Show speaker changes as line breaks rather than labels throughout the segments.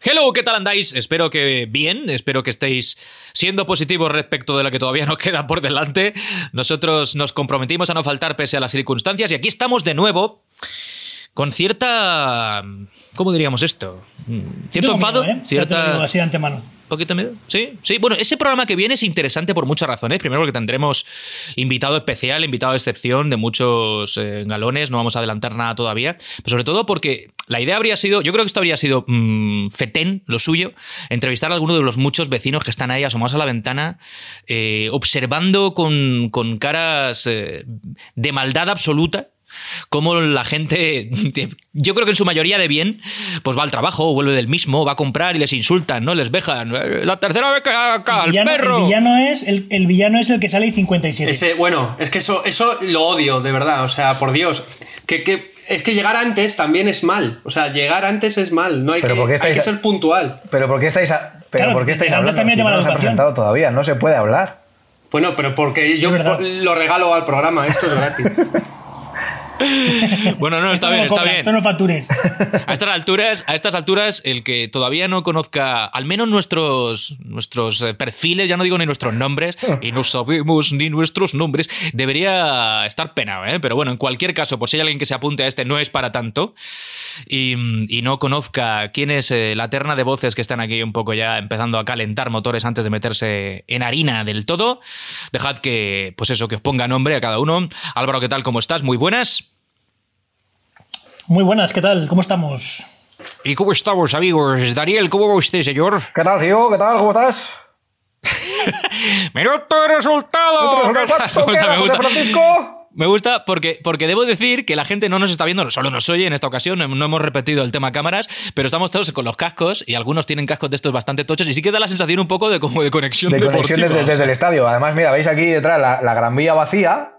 Hello, ¿qué tal andáis? Espero que bien, espero que estéis siendo positivos respecto de lo que todavía nos queda por delante. Nosotros nos comprometimos a no faltar pese a las circunstancias y aquí estamos de nuevo con cierta... ¿Cómo diríamos esto? Mm, Cierto
Tengo
enfado,
miedo, ¿eh? Ya te
cierta...
lo digo así de antemano.
¿Poquito miedo? Sí, sí. Bueno, ese programa que viene es interesante por muchas razones. Primero, porque tendremos invitado especial, invitado de excepción de muchos eh, galones. No vamos a adelantar nada todavía. Pero sobre todo porque la idea habría sido, yo creo que esto habría sido mm, fetén, lo suyo, entrevistar a alguno de los muchos vecinos que están ahí asomados a la ventana, eh, observando con, con caras eh, de maldad absoluta cómo la gente, yo creo que en su mayoría de bien, pues va al trabajo, vuelve del mismo, va a comprar y les insultan, ¿no? Les vejan. "Eh, La tercera vez que
El
acá, al
villano, el
perro.
villano es el, el villano es el que sale y 57.
Ese, bueno, es que eso, eso lo odio, de verdad. O sea, por Dios. Que, que- es que llegar antes también es mal. O sea, llegar antes es mal. No hay,
Pero
que,
¿por qué estáis-
hay que ser puntual.
Pero ¿por qué estáis, a- pero
Claro,
¿por qué estáis
antes
hablando?
también
Si
lleva
no
la
nos ha
educación.
presentado todavía, no se puede hablar.
Bueno, pero porque yo
Es verdad.
po- lo regalo al programa. Esto es gratis.
Bueno, no,
Esto
está
no
bien,
lo
está
cobra,
bien.
esto no factures.
A estas alturas, a estas alturas, el que todavía no conozca, al menos nuestros, nuestros eh, perfiles, ya no digo ni nuestros nombres, y no sabemos ni nuestros nombres, debería estar penado, ¿eh? Pero bueno, en cualquier caso, por si hay alguien que se apunte a este, no es para tanto, y, mm, y no conozca quién es eh, la terna de voces que están aquí un poco ya empezando a calentar motores antes de meterse en harina del todo, dejad que, pues eso, que os ponga nombre a cada uno. Álvaro, ¿qué tal? ¿Cómo estás? Muy buenas.
Muy buenas, ¿qué tal? ¿Cómo estamos?
¿Y cómo estamos, amigos? Daniel, ¿cómo va usted, señor?
¿Qué tal, Gio? ¿Qué tal? ¿Cómo estás?
¡Minuto de resultado!
¿Otro resultado? ¿Qué
Me gusta,
era, José
me gusta.
Francisco?
Me gusta porque, porque debo decir que la gente no nos está viendo, solo nos oye en esta ocasión, no hemos repetido el tema cámaras, pero estamos todos con los cascos y algunos tienen cascos de estos bastante tochos y sí que da la sensación un poco de como de conexión
De conexión
deportiva.
desde, desde el estadio. Además, mira, veis aquí detrás la, la Gran Vía vacía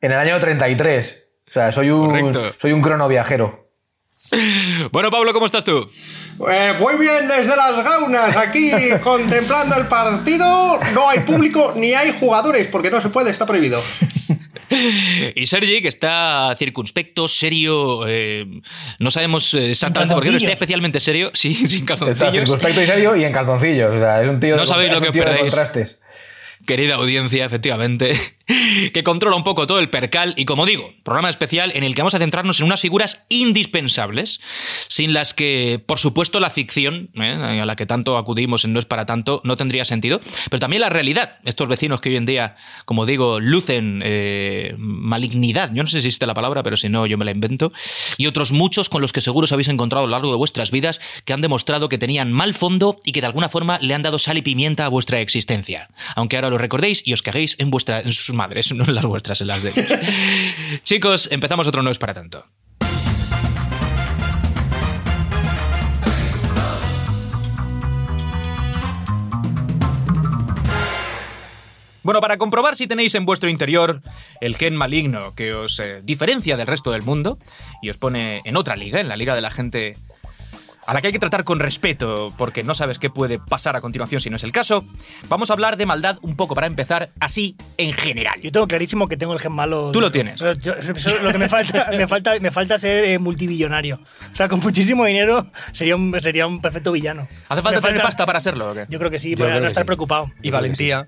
en el año 33. O sea, soy un,
Correcto.
soy un cronoviajero.
Bueno, Pablo, ¿cómo estás tú?
Eh, muy bien, desde las gaunas, aquí contemplando el partido. No hay público ni hay jugadores, porque no se puede, está prohibido.
Eh, Y Sergi, que está circunspecto, serio, eh, no sabemos eh, exactamente por qué, pero está
calzoncillos.
especialmente serio, sí, sin
Está
calzoncillos.
circunspecto y serio y en calzoncillos. O sea, es un tío,
No
de-
sabéis
es
lo
un
que
tío de
perdéis.
contrastes.
querida audiencia, efectivamente, que controla un poco todo el percal y como digo, programa especial en el que vamos a centrarnos en unas figuras indispensables, sin las que, por supuesto, la ficción, ¿eh? a la que tanto acudimos en No es para tanto, no tendría sentido, pero también la realidad, estos vecinos que hoy en día, como digo, lucen eh, malignidad, yo no sé si existe la palabra, pero si no, yo me la invento, y otros muchos con los que seguro os habéis encontrado a lo largo de vuestras vidas que han demostrado que tenían mal fondo y que de alguna forma le han dado sal y pimienta a vuestra existencia. Aunque ahora lo recordéis y os caguéis en, vuestra, en sus madres, no en las vuestras, en las de ellos. Chicos, empezamos otro No es para tanto. Bueno, para comprobar si tenéis en vuestro interior el gen maligno que os eh, diferencia del resto del mundo y os pone en otra liga, en la liga de la gente a la que hay que tratar con respeto porque no sabes qué puede pasar a continuación si no es el caso, vamos a hablar de maldad un poco para empezar, así en general.
Yo tengo clarísimo que tengo el gen malo.
Tú lo tienes.
Pero yo- eso- lo que me falta, me falta, me falta ser eh, multibillonario. O sea, con muchísimo dinero sería un, sería un perfecto villano.
¿Hace
Me
falta tener
falta-
pasta para serlo o qué?
Yo creo que sí,
Yo
para
creo
no
que
estar
sí.
preocupado.
y valentía.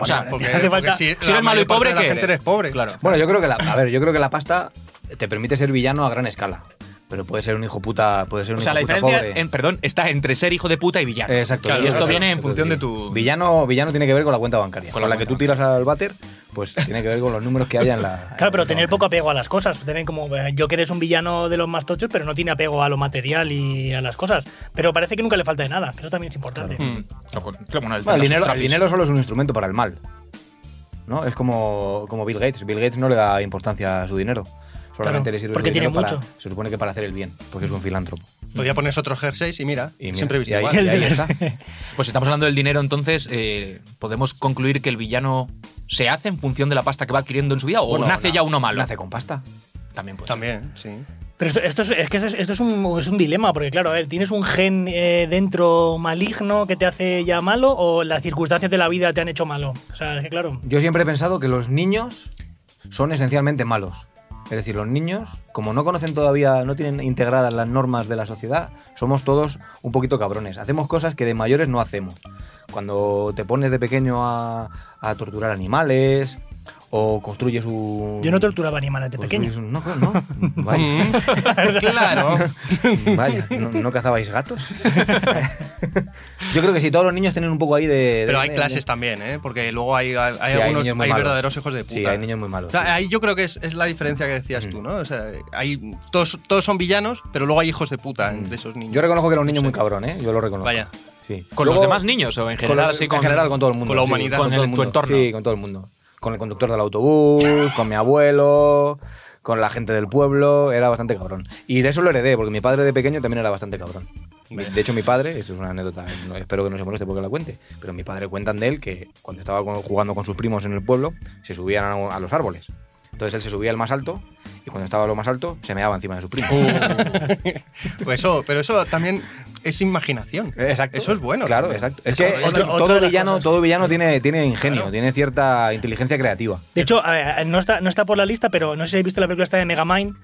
O sea,
También, porque,
hace
porque
falta-
si,
si eres
la
malo y
mayor parte
pobre,
de la
¿qué
gente
eres?
eres pobre.
Claro.
Bueno, yo creo que la, a ver, yo creo que la pasta te permite ser villano a gran escala, pero puede ser un hijo puta, puede ser un
O sea, la
hijo puta
diferencia,
pobre.
en, perdón, está entre ser hijo de puta y villano.
Eh, Exacto.
y esto
Claro,
viene en
exacto.
función de
Sí.
tu...
Villano, villano tiene que ver con la cuenta bancaria.
Con
Con
la
la, que
cuenta
tú tiras al váter, pues tiene que ver con los números que haya en la.
Claro,
Ah,
pero tener
tener
poco apego a las cosas. Tener como eh, yo que eres un villano de los más tochos, pero no tiene apego a lo material y a las cosas. Pero parece que nunca le falta de nada. que Eso también es importante.
Mm. No, con- bueno, el-
Bueno, el,
los
dinero, el
trapis.
dinero solo es un instrumento para el mal. ¿No? Es como, como Bill Gates. Bill Gates no le da importancia a su dinero. Solamente
Claro,
le sirve
porque
su
tiene
dinero para-
mucho.
se supone que para hacer el bien, porque es un filántropo.
Podía ponerse otros jerseys y mira,
Y mira,
siempre
y
viste
ahí-
igual.
y ahí
El
está.
Pues si estamos hablando del dinero, entonces, eh, ¿podemos concluir que el villano se hace en función de la pasta que va adquiriendo en su vida o
Bueno,
nace
na-
ya uno malo?
Nace con pasta.
También, pues.
También, sí.
Pero esto, esto es, es que esto es, esto es un, es un dilema, porque claro, a ver, ¿tienes un gen eh, dentro maligno que te hace ya malo o las circunstancias de la vida te han hecho malo? O sea, es que claro.
Yo siempre he pensado que los niños son esencialmente malos. Es decir, los niños, como no conocen todavía, no tienen integradas las normas de la sociedad, somos todos un poquito cabrones. Hacemos cosas que de mayores no hacemos. Cuando te pones de pequeño a, a torturar animales o construyes un...
Yo no torturaba animales de pequeño.
construyes un- No, no, vaya.
claro. Mm.
Vaya, ¿no, no cazabais gatos? Yo creo que si todos los niños tienen un poco ahí de... de-
Pero hay
de-
clases también, ¿eh? Porque luego hay, hay,
Sí, hay
algunos,
niños muy
hay
malos.
verdaderos hijos de puta.
Sí, hay niños muy malos,
O sea,
sí. Mm.
Ahí yo creo que es, es la diferencia que decías tú, ¿no? O sea, hay, todos, todos son villanos, pero luego hay hijos de puta entre esos niños.
Mm. Yo reconozco que era un niño muy cabrón, ¿eh? Yo lo reconozco.
Vaya.
Sí.
¿Con
Luego-
los demás niños o en
con
general?
los-
así
en general, con todo el mundo.
con la
sí,
humanidad.
Con el-
todo el
tu
mundo.
entorno.
Sí, con todo el mundo. Con el conductor del autobús, con mi abuelo, con la gente del pueblo. Era bastante cabrón. Y de eso lo heredé, porque mi padre de pequeño también era bastante cabrón. Mi- De hecho, mi padre, esto es una anécdota, no- espero que no se moleste porque la cuente, pero mi padre cuentan de él que cuando estaba con- jugando con sus primos en el pueblo, se subían a, a los árboles. Entonces él se subía al más alto y cuando estaba lo más alto, se meaba encima de sus primos.
Pues eso, pero eso también es imaginación.
Exacto.
Eso es bueno.
Claro,
también.
exacto. Es
Eso
que
es
es que
otra- otra
todo
de las
villano,
cosas.
todo villano tiene, tiene ingenio, tiene cierta inteligencia creativa.
De hecho, a- a- no está, no está por la lista, pero no sé si habéis visto la película esta de Megamind,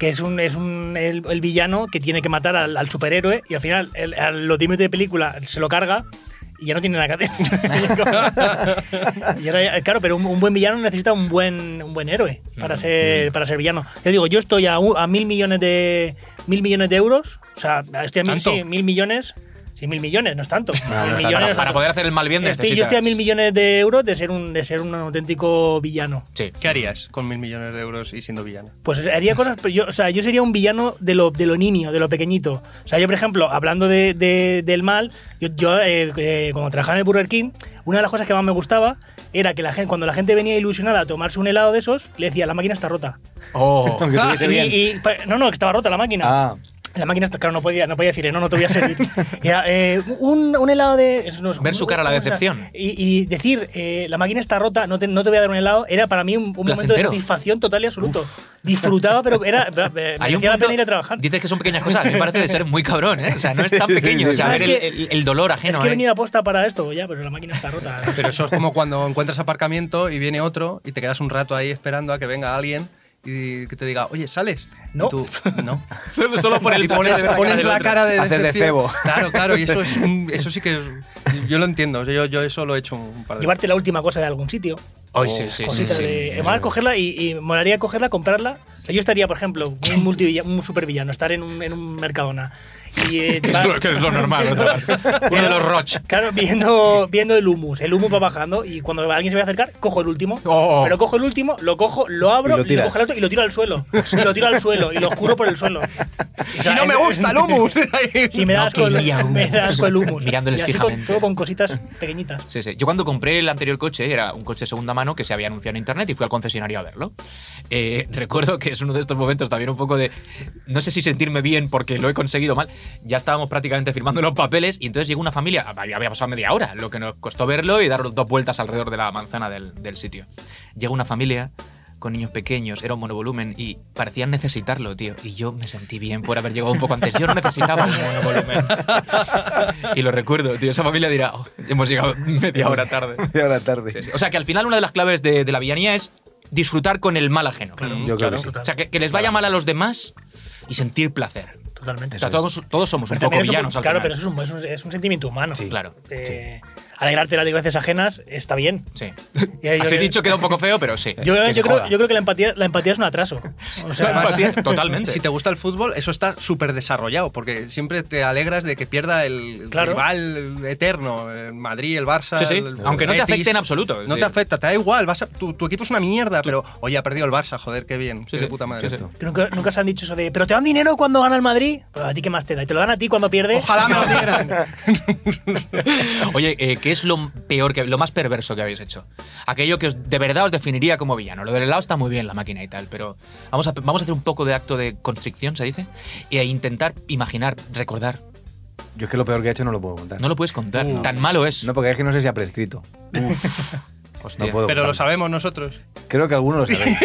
que es un es un, el, el villano que tiene que matar al, al superhéroe y al final, el, al los 10 minutos de película, se lo carga y ya no tiene nada que hacer. Y ahora, claro, pero un, un buen villano necesita un buen, un buen héroe para ser, para ser villano. Yo digo, yo estoy a, un- a mil millones de mil millones de euros, o sea, estoy a mil,
¿Tanto?
sí, mil millones, sí, mil millones, no es tanto.
No,
Mil
no es tanto.
millones,
Para-
Ah, Para, para poder hacer el mal bien
Estoy-
necesitas...
yo estoy a mil millones de euros de ser un, de ser un auténtico villano.
Sí.
¿Qué harías con mil millones de euros y siendo villano?
Pues haría cosas, pero yo, o sea, yo sería un villano de lo, de lo niño, de lo pequeñito. O sea, yo, por ejemplo, hablando de- de- del mal, yo, yo, eh, eh, cuando trabajaba en el Burger King, una de las cosas que más me gustaba era que la gente, cuando la gente venía ilusionada a tomarse un helado de esos, le decía, la máquina está rota.
Oh.
Aunque estuviese
Y-
bien.
y- pa- no, no, que estaba rota la máquina.
Ah,
La máquina, está- claro, no podía, no podía decirle, no, no te voy a servir. Era, eh, un, un helado de. eso no es-
Ver su cara a la
¿cómo se llama?
decepción.
Y, y decir, eh, la máquina está rota, no te, no te voy a dar un helado, era para mí un, un momento de
Placentero.
satisfacción total y absoluto. Disfrutaba, pero era.
Hay
Hay
un
la
punto-
pena ir a trabajar.
Dices que son pequeñas cosas. Me parece de ser muy cabrón, ¿eh? O sea, no es tan pequeño. O sea,
sí,
ver
sí.
el, el- el dolor ajeno.
es que he
¿eh?
venido aposta para esto, ya, pero la máquina está rota.
Pero eso es como cuando encuentras aparcamiento y viene otro y te quedas un rato ahí esperando a que venga alguien y que te diga, oye, ¿sales? Y
No.
tú, no.
Solo, solo por el
Y pones,
placer de ver
pones la
del
cara de
Haces de
decepción.
cebo.
Claro, claro, y eso, es un- eso sí que es- yo lo entiendo. o sea, Yo, yo eso lo he hecho un par de
Llevarte la última cosa de algún sitio.
otro. Ay, sí, sí, sí,
cosita
sí.
de- además, cogerla y, y molaría cogerla, comprarla. O sea, yo estaría, por ejemplo, un, multivilla- un supervillano, estar en un, en un Mercadona. Y, eh,
Que es,
va-
lo, que es lo normal. o sea, Uno de los Roch.
Claro, viendo, viendo el humus. El humus va bajando y cuando alguien se va a acercar, cojo el último.
Oh.
Pero cojo el último, lo cojo, lo abro,
Y lo
le
tiras.
cojo el otro y lo tiro al suelo. Y lo tiro al suelo y lo oscuro por el suelo.
Si no me gusta el humus. Ahí.
Si me
No
da asco, el-
quería
me da
hummus.
asco el humus.
Mirándoles
y así con-
fijamente.
todo con cositas pequeñitas.
Sí, sí. Yo cuando compré el anterior coche, era un coche de segunda mano que se había anunciado en internet y fui al concesionario a verlo. Eh, recuerdo que es uno de estos momentos también un poco de. No sé si sentirme bien porque lo he conseguido mal. Ya estábamos prácticamente firmando los papeles y entonces llegó una familia. Había había pasado media hora, lo que nos costó verlo y dar dos vueltas alrededor de la manzana del, del sitio. Llega una familia con niños pequeños, era un monovolumen y parecían necesitarlo, tío. Y yo me sentí bien por haber llegado un poco antes. Yo no necesitaba un monovolumen. Y lo recuerdo, tío. Esa familia dirá, "Oh, hemos llegado media hora tarde.
media hora tarde.
Sí, sí. O sea que al final una de las claves de, de la villanía es disfrutar con el mal ajeno.
Yo creo
Claro.
que sí.
O sea, que, que les vaya mal a los demás y sentir placer.
Totalmente.
O sea, todos, todos somos un
Pero
poco
también es un-
villanos al
Claro,
final.
pero eso es un, es un- es un sentimiento humano.
Sí, claro,
Eh, Alegrarte de las desgracias ajenas está bien.
Sí.
Ya, yo
Así
que-
dicho queda un poco feo, pero sí.
Yo,
Que se
yo creo,
joda.
yo creo que la empatía, la empatía es un atraso. O sea,
Además, totalmente.
Si te gusta el fútbol, eso está súper desarrollado, porque siempre te alegras de que pierda el
Claro.
rival eterno, el Madrid, el Barça.
Sí, sí.
el
Aunque no te
Betis.
afecte en absoluto, es
No te
decir-
afecta, te da igual. Vas a- tu, tu equipo es una mierda, pero oye, ha perdido el Barça, joder, qué bien.
Sí,
qué
sí.
de puta madre.
Sí, sí.
Que Nunca, nunca se han dicho eso de, pero te dan dinero cuando gana el Madrid. Pues a ti qué más te da. Y te lo dan a ti cuando pierdes.
Ojalá me lo dieran.
Oye, eh, ¿qué es lo peor, que, lo más perverso que habéis hecho? Aquello que os- de verdad os definiría como villano. Lo del helado está muy bien, la máquina y tal, pero vamos a, vamos a hacer un poco de acto de constricción, se dice, e intentar imaginar, recordar.
Yo es que lo peor que he hecho no lo puedo contar.
No lo puedes contar, tan malo es.
No, porque es que no sé si ha prescrito. No
Hostia.
puedo
Pero lo
contar.
sabemos nosotros.
Creo que algunos lo sabéis.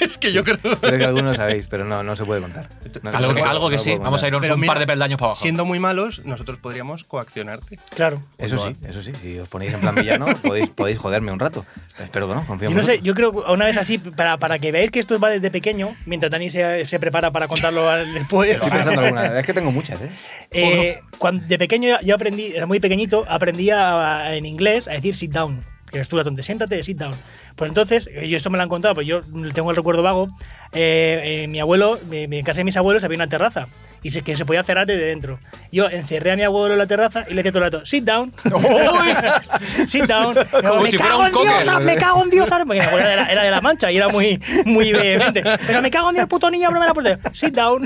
Es que yo creo.
Creo que algunos lo sabéis, pero no, no se puede contar. No- no
Algo que,
puedo-
algo que
no
sí.
puedo
Vamos a
contar.
irnos
Pero
un
mira,
par de peldaños para abajo.
Siendo muy malos, nosotros podríamos coaccionarte.
Claro.
Eso sí, eso sí. Si os ponéis en plan villano, podéis, podéis joderme un rato. Espero que no, confío en
Yo no sé,
vosotros.
yo creo que una vez así, para, para que veáis que esto va desde pequeño, mientras Dani se, se prepara para contarlo al- después.
Estoy pensando alguna. Es que tengo muchas, ¿eh?
Eh, cuando, de pequeño yo- yo aprendí, era muy pequeñito, aprendí a- a- en inglés a decir sit down. Que es tú donde siéntate, sit down. Pues entonces, eh, yo esto me lo han contado, pues yo tengo el recuerdo vago. eh, eh, mi abuelo, mi- mi- en casa de mis abuelos había una terraza y se, que se podía cerrar desde dentro. Yo encerré a mi abuelo en la terraza y le decía todo el rato, sit down. sit down.
Como
me
si fuera
cago
un
en Dios,
cocker.
ah, me cago en Dios. ahora- Porque mi abuela era, era de la mancha y era muy, muy vehemente. Pero me cago en Dios, el puto niño, ábreme la puerta. Sit down.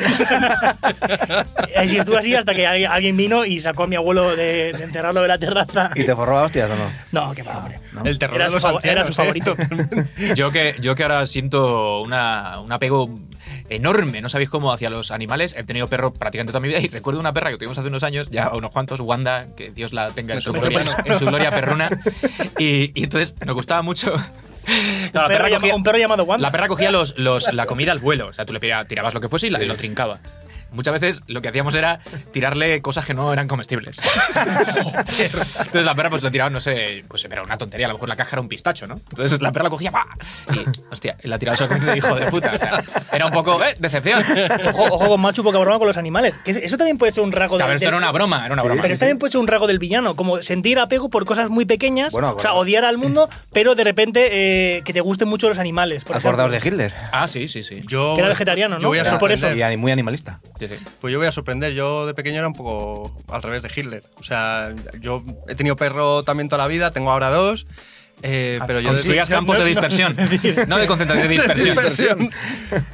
Y estuve Eh, así hasta que alguien- alguien vino y sacó a mi abuelo de, de encerrarlo de la terraza.
¿Y te forró a hostias o no?
No, qué va, hombre.
Ah.
El terror
Era
de
su
los
favo-
ancianos.
era su
¿eh?
favorito.
Yo que, yo que ahora siento una- un apego enorme, no sabéis cómo, hacia los animales. He tenido perro prácticamente toda mi vida y recuerdo una perra que tuvimos hace unos años, ya unos cuantos, Wanda, que Dios la tenga en su, gloria, en su gloria perruna. Y, y entonces nos gustaba mucho.
Un perro llama- un perro llamado Wanda.
La perra cogía los, los- la comida al vuelo. O sea, tú le pega- tirabas lo que fuese y, la- y lo trincaba. Muchas veces lo que hacíamos era tirarle cosas que no eran comestibles. Entonces la perra pues lo tiraba, no sé, pues era una tontería, a lo mejor la caja era un pistacho, ¿no? Entonces la perra lo cogía, ¡pa! Y, hostia, la tiraba sobre el coche de hijo de puta. O sea, era un poco, ¡eh! Decepción.
Ojo, ojo con Machu, poca broma con los animales. Que eso también puede ser un rasgo
A ver,
del-
esto era una broma, era una broma.
Pero también puede ser un rasgo del villano, como sentir apego por cosas muy pequeñas,
Bueno,
o sea,
acorda-
odiar al mundo, pero de repente eh, que te gusten mucho los animales. Por ejemplo.
Acordaos de Hitler.
Ah, sí, sí, sí.
Yo,
Que era vegetariano, ¿no?
Yo voy a
Era por eso.
sorprender.
Y ani- muy animalista.
Sí, sí.
Pues yo voy a sorprender. Yo de pequeño era un poco al revés de Hitler. O sea, yo he tenido perro también toda la vida, tengo ahora dos. eh, pero yo
Construías campos de dispersión. No de concentración, Ah, de dispersión.
Dispersión.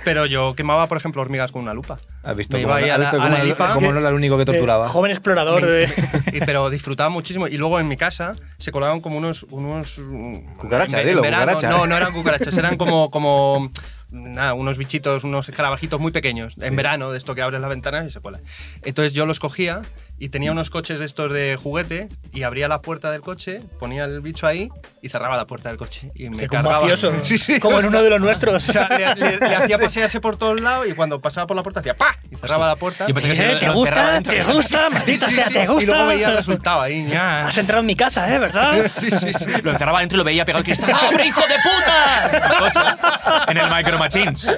pero yo quemaba, por ejemplo, hormigas con una lupa.
¿Has visto
Me
cómo,
iba ahí a
has
la-
visto
a
cómo
la
no-
IPA?
cómo no era el único que torturaba?
Eh, joven explorador. eh.
Y- pero disfrutaba muchísimo. Y luego en mi casa se colaban como unos. unos mm,
Cucarachas,
en- en
dilo,
verano-
cucarachas.
No, no eran cucarachas, eran como. como Nada, unos bichitos, unos escarabajitos muy pequeños. En verano, de esto que abres las ventanas y se cuelan. Entonces yo los cogía y tenía unos coches de estos de juguete y abría la puerta del coche, ponía el bicho ahí y cerraba la puerta del coche. Y me
Sí, como
cargaba.
mafioso.
Sí, sí.
Como en uno de los nuestros.
O sea, le, le- le hacía pasearse por todos lados y cuando pasaba por la puerta hacía ¡pa! Y cerraba la puerta.
Yo pensé pues que
Eh,
se lo-
¿Te
lo encerraba
gusta?
dentro de
¿Te
casa.
gusta?
Sí,
Maldita
sí,
sea,
sí.
¿te gusta?
Y luego veía el resultado ahí. ña.
Has entrado en mi casa, ¿eh? ¿Verdad?
Sí, sí, sí.
Lo encerraba dentro y lo veía pegado al cristal. ¡Abre, hijo de puta! En el Micro Machines.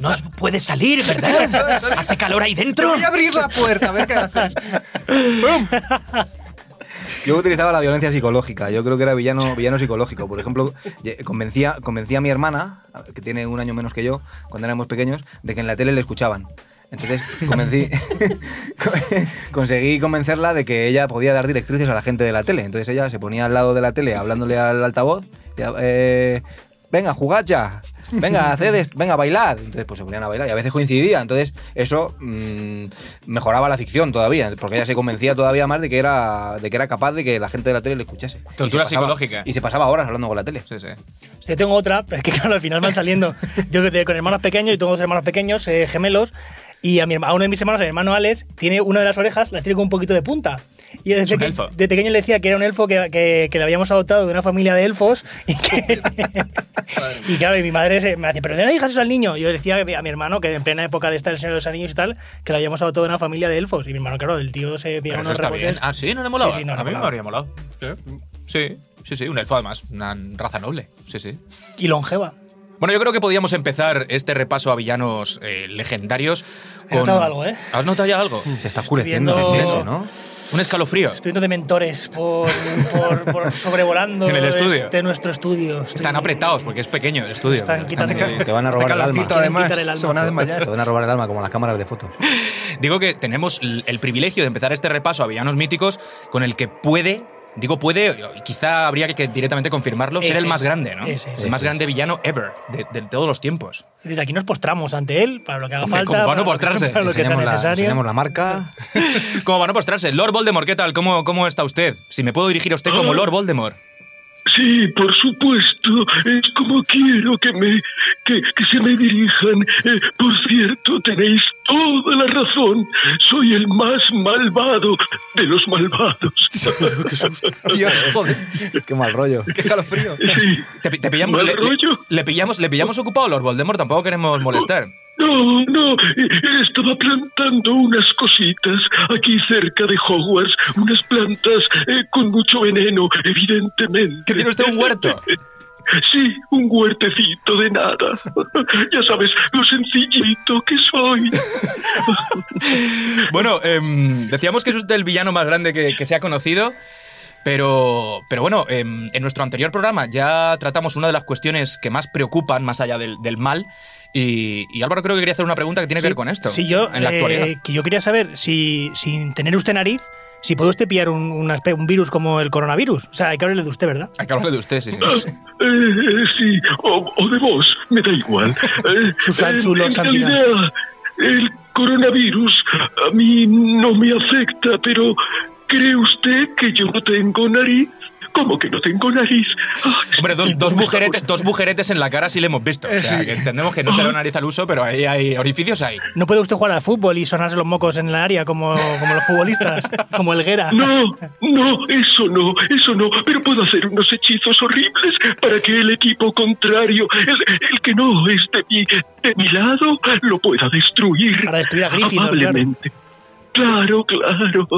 No puedes salir, ¿verdad? Hace calor ahí dentro.
Voy a abrir la puerta, a ver qué haces.
Yo utilizaba la violencia psicológica. Yo creo que era villano, villano psicológico. Por ejemplo, ye- convencía, convencía a mi hermana, que tiene un año menos que yo, cuando éramos pequeños, de que en la tele le escuchaban. Entonces convencí, co- conseguí convencerla de que ella podía dar directrices a la gente de la tele. Entonces ella se ponía al lado de la tele hablándole al altavoz. y, eh, venga, jugad ya. Venga, haced, esto, venga, bailad. Entonces, pues se ponían a bailar y a veces coincidía. Entonces, eso mm, mejoraba la ficción todavía, porque ella se convencía todavía más de que era, de que era capaz de que la gente de la tele le escuchase. Y se
Tortura
pasaba-
psicológica.
Y se pasaba horas hablando con la tele.
Sí, sí.
Yo tengo otra, pero es que claro, al final van saliendo. Yo que te- con hermanos pequeños, yo tengo dos hermanos pequeños, eh, gemelos, y a, mi, herma- a uno de mis hermanos, el hermano Alex, tiene una de las orejas, las tiene con un poquito de punta. Y desde
un
que-
elfo.
de pequeño le decía que era un elfo que, que- que le habíamos adoptado de una familia de elfos y que... y claro, y mi madre se- me decía, pero no le digas eso al niño. Yo decía a mi- a mi hermano que en plena época de estar el Señor de los Anillos y tal, que le habíamos adoptado de una familia de elfos. Y mi hermano, claro, el tío se pegó
Pero eso
unos
está
rebotes.
bien. Ah, sí, no le molaba.
Sí, sí, no
a
le
mí me
molaba.
habría molado. Sí, sí, sí. Un elfo, además. Una raza noble. Sí, sí.
Y longeva.
Bueno, yo creo que podíamos empezar este repaso a villanos eh, legendarios
He notado algo, ¿eh?
¿Has notado ya algo?
Se está oscureciendo,
viendo-
se siente, ¿no?
Un escalofrío.
Estoy viendo de mentores por, por- por sobrevolando
En el estudio.
este nuestro estudio. Estoy-
Están apretados porque es pequeño el estudio.
Están quitando-
Te, te van a robar el alma.
calorcito, además.
Quitar el alma.
Se van a
Te
desmayar.
van a robar el alma como las cámaras de fotos.
Digo que tenemos l- el privilegio de empezar este repaso a villanos míticos con el que puede, digo puede, y quizá habría que, que directamente confirmarlo, ser
Ese
el más
es.
grande, ¿no?
Ese es.
el más grande villano ever de, de todos los tiempos.
Desde aquí nos postramos ante él para lo que haga
Hombre,
falta.
como para
para
no
lo que-
postrarse.
Para lo que sea
Enseñamos la,
necesario. Ah.
enseñamos la marca.
Ah. ¿Cómo van a postrarse? Lord Voldemort, ¿qué tal? ¿Cómo, cómo está usted? Si me puedo dirigir a usted como Lord Voldemort.
Sí, por supuesto, es como quiero que me que, que se me dirijan. Eh, por cierto, tenéis toda la razón. Soy el más malvado de los malvados.
Dios, joder,
Qué mal rollo.
qué calofrío.
Sí.
Te, pi- te pillamos,
¿Mal
le, le-
rollo?
le pillamos, le pillamos ocupado, Lord Voldemort. Tampoco queremos molestar.
No, no, eh, estaba plantando unas cositas aquí cerca de Hogwarts, unas plantas eh, con mucho veneno, evidentemente.
Que tiene usted un huerto.
Sí, un huertecito de nada. Ya sabes, lo sencillito que soy.
Bueno, em, decíamos que es usted el villano más grande que, que se ha conocido. Pero, pero bueno, em, en nuestro anterior programa ya tratamos una de las cuestiones que más preocupan, más allá del, del mal. Y, y Álvaro creo que quería hacer una pregunta que tiene que ver con esto.
Sí, yo,
en la
eh,
actualidad.
que yo quería saber si, sin tener usted nariz, si puede usted pillar un, un aspe- un virus como el coronavirus. O sea, hay que hablarle de usted, ¿verdad?
Hay que hablar de usted, sí, sí.
Eh, eh, sí, o, o de vos, me da igual. Eh,
Susan
eh,
Chulo
en
Santina.
realidad, el coronavirus a mí no me afecta, pero ¿cree usted que yo no tengo nariz? ¿Cómo que no tengo nariz? Ay,
Hombre, dos, dos, bujerete- dos bujeretes en la cara sí le hemos visto. O
Eh,
sea, que entendemos que no será nariz al uso, pero ahí hay orificios ahí.
No puede usted jugar al fútbol y sonarse los mocos en la área como, como los futbolistas, como Helguera.
No, no, eso no, eso no, pero puedo hacer unos hechizos horribles para que el equipo contrario, el, el que no es de mi, de mi lado, lo pueda destruir.
Para destruir a Gryffindor, claro.
amablemente. Claro, claro.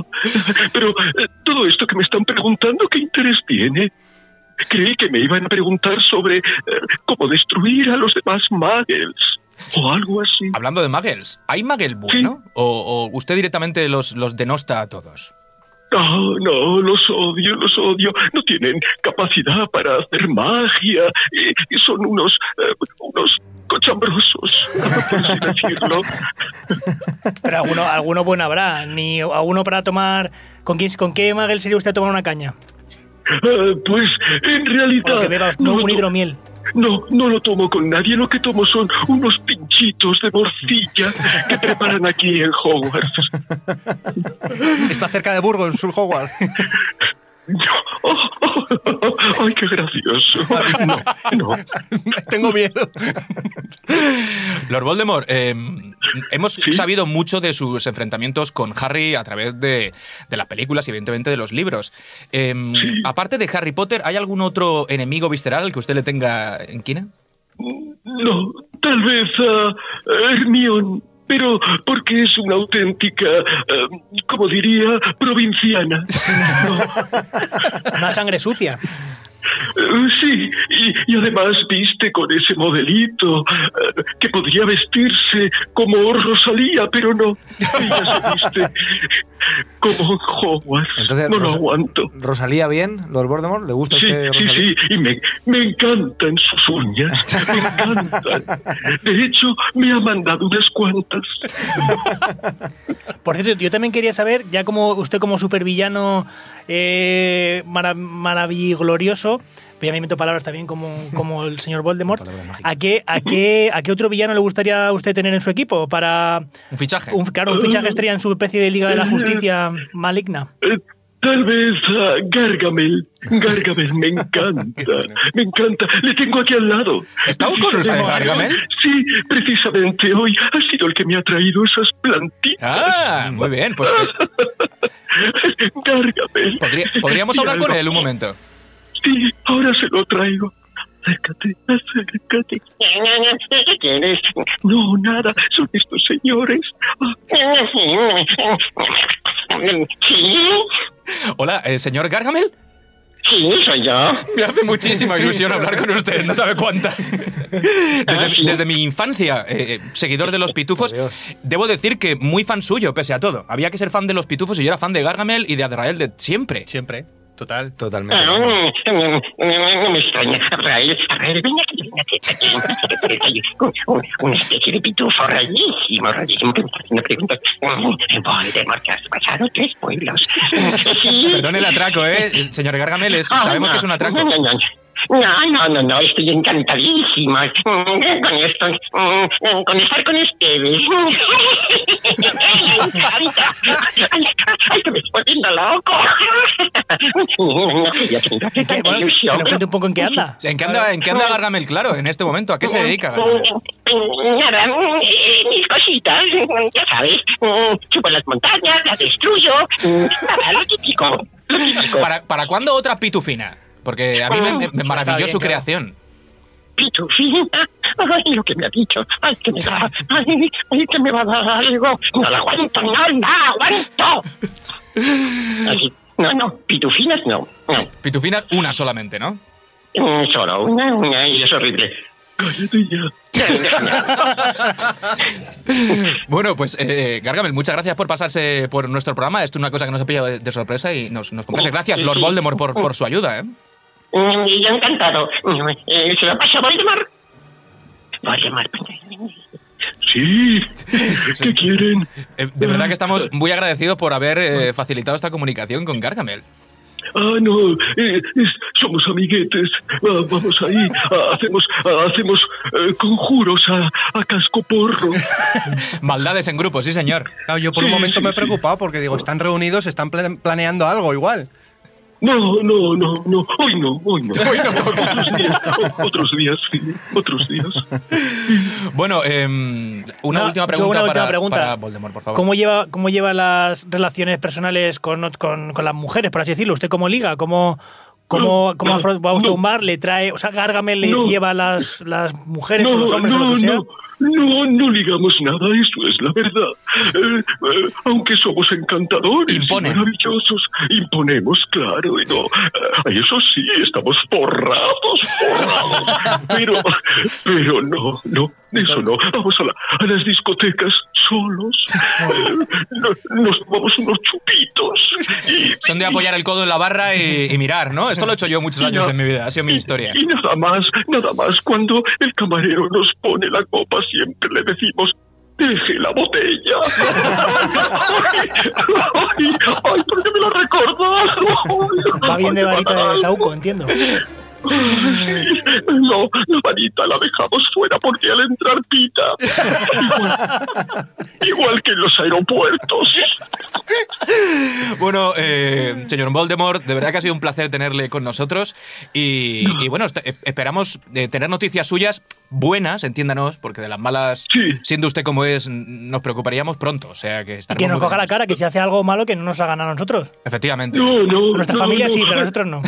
Pero eh, todo esto que me están preguntando, ¿qué interés tiene? Creí que me iban a preguntar sobre eh, cómo destruir a los demás magels o algo así.
Hablando de Muggles, ¿hay Muggle bueno? O, o usted directamente los, los denosta a todos?
No, no, los odio, los odio. No tienen capacidad para hacer magia. eh, y son unos, eh, unos cochambrosos, por así decirlo.
Pero alguno, alguno bueno habrá, ni alguno para tomar. ¿Con, quién, ¿Con qué Magel sería usted a tomar una caña?
Ah, pues en
O lo
realidad...
que beba usted,
no
no,
lo
un
to-
hidromiel.
No, no lo tomo con nadie. Lo que tomo son unos pinchitos de morcilla que preparan aquí en Hogwarts.
Está cerca de Burgos, Sur Hogwarts.
Oh, oh, oh, ay, qué gracioso. No, no.
Tengo miedo.
Lord Voldemort, eh, hemos sabido mucho de sus enfrentamientos con Harry a través de, de las películas y evidentemente de los libros. Eh, Aparte de Harry Potter, ¿hay algún otro enemigo visceral que usted le tenga en quina?
No, tal vez a Hermión, pero porque es una auténtica, eh, como diría, provinciana.
Una sangre sucia.
Eh, Sí, y, y además viste con ese modelito eh, que podría vestirse como Rosalía, pero no. Ella se viste como Hogwarts.
Entonces,
no lo
Rosa-
aguanto.
¿Rosalía bien, Lord Voldemort? ¿Le gusta a
Sí,
usted
sí,
Rosalía?
sí, y me, me encantan sus uñas, me encantan. De hecho, me ha mandado unas cuantas.
Por cierto, yo también quería saber, ya como usted como supervillano eh, mara- maraviglorioso, pues ya me invento palabras también como, como el señor Voldemort, ¿a qué, a, qué, ¿a qué otro villano le gustaría a usted tener en su equipo para,
Un fichaje.
un, claro, un fichaje estrella en su especie de Liga de la Justicia maligna?
Eh, Tal vez a Gargamel. Gargamel, me encanta. Me encanta. Le tengo aquí al lado.
¿Está aún con usted, Gargamel?
Sí, precisamente hoy ha sido el que me ha traído esas plantitas.
Ah, muy bien. Pues eh,
Gargamel.
podría- podríamos
Sí,
hablar con
algo.
él un momento.
Sí, ahora se lo traigo. Acércate, acércate.
¿Qué quieres?
No, nada, son estos señores. Ah,
¿Sí?
Hola, eh, señor Gargamel.
Sí, soy yo.
Me hace muchísima ilusión hablar con usted, no sabe cuánta. Desde, desde mi infancia, eh, eh, seguidor de los pitufos, debo decir que muy fan suyo, pese a todo. Había que ser fan de los pitufos y yo era fan de Gargamel y de Azrael de siempre.
Siempre, total.
Totalmente.
Ah, No no, no, no me extraña. Rael, Rael, ven aquí, ven aquí, ven aquí. Un- un- Una especie de pitufo rarísimo, rarísimo, que me está haciendo preguntas. Voldemort, has pasado tres pueblos. Sí.
Perdón el atraco, ¿eh? Señor Gargamel, es-
Ah,
sabemos
no,
que es un atraco.
no, no, no. No, no, no, no, estoy encantadísima mm, con esto, mm, con estar con ustedes. Me encanta. Ay, ay, que me estoy volviendo loco. No, quería tener
¿Qué,
tanta
bueno, que
ilusión.
nos cuente un poco en qué anda.
¿En qué anda, en qué anda Gargamel? Claro, en este momento. ¿A qué se dedica Gargamel?
Mm, Nada, mm, eh, mis cositas, mm, ya sabes, mm, chupo las montañas, las destruyo, mm, nada, lo típico. Lo típico.
¿Para, ¿Para cuándo otra pitufina? Porque a mí me, me- me maravilló
bien,
su
claro.
creación.
pitufina. Ay, lo que me ha dicho. Ay, que me da. Ay, ay, que me va a dar algo. No lo aguanto, no lo aguanto. Ay, no, no, pitufinas no. no.
Pitufina una solamente, ¿no?
Mm, Solo una, una, y es horrible. Cállate ya.
Bueno, pues eh, Gargamel, muchas gracias por pasarse por nuestro programa. Esto es una cosa que nos ha pillado de, de sorpresa y nos, nos complace. Gracias, Lord Voldemort, por, por su ayuda, ¿eh?
Mm, y Yo encantado. Mm, eh, ¿Se lo pasa a Voldemort? Voldemort.
Sí. ¿Qué quieren?
Eh, De verdad que estamos muy agradecidos por haber eh, facilitado esta comunicación con Gargamel.
Ah, no. eh, es- somos amiguetes. Ah, vamos ahí. Ah, hacemos ah, hacemos eh, conjuros a, a cascoporro.
Maldades en grupo, sí, señor.
Claro, yo por un
Sí,
momento
sí,
me he
sí.
preocupado porque digo, están reunidos, están plan- planeando algo igual.
No, no, no, no. Hoy no, hoy no. otros, días, o- otros días, sí. Otros días.
Bueno, em, una
No,
última
yo
pregunta,
una última
para,
pregunta.
para Voldemort, por favor.
¿Cómo lleva, ¿Cómo lleva las relaciones personales con, ot- con, con las mujeres, por así decirlo? ¿Usted cómo liga? ¿Cómo, cómo,
No,
cómo
no,
afro- va usted a
no.
un bar? ¿Le trae, o sea, Gargamel le
No.
lleva las, las mujeres o
No,
los hombres o lo
no,
que sea?
no. No, no ligamos nada, eso es la verdad. Eh, eh, aunque somos encantadores
Imponen.
y maravillosos, imponemos, claro. y no, eh, eso sí, estamos porrados, porrados. Pero, pero no, no, eso no. Vamos a, la- a las discotecas solos. Eh, no- nos tomamos unos chupitos y
Son de apoyar el codo en la barra y, y mirar, ¿no? Esto lo he hecho yo muchos años en mi vida, ha sido mi historia.
Y nada más, nada más, cuando el camarero nos pone la copa siempre le decimos, deje la botella. ay, ay, ay, ¿por qué me lo recordas?
Va bien de varita de ¿eh? Sauco, entiendo.
No, la varita la dejamos fuera porque al entrar pita. Igual, igual que en los aeropuertos.
Bueno, eh, señor Voldemort, de verdad que ha sido un placer tenerle con nosotros y, y bueno, est- e- esperamos eh, tener noticias suyas buenas, entiéndanos, porque de las malas,
Sí.
siendo usted como es, n- nos preocuparíamos pronto, o sea que estaremos
Que nos
muy
coja la
contentos.
cara, que si hace algo malo, que no nos hagan a nosotros.
Efectivamente.
No, no.
A nuestra
no,
familia
no.
sí, pero a nosotros no.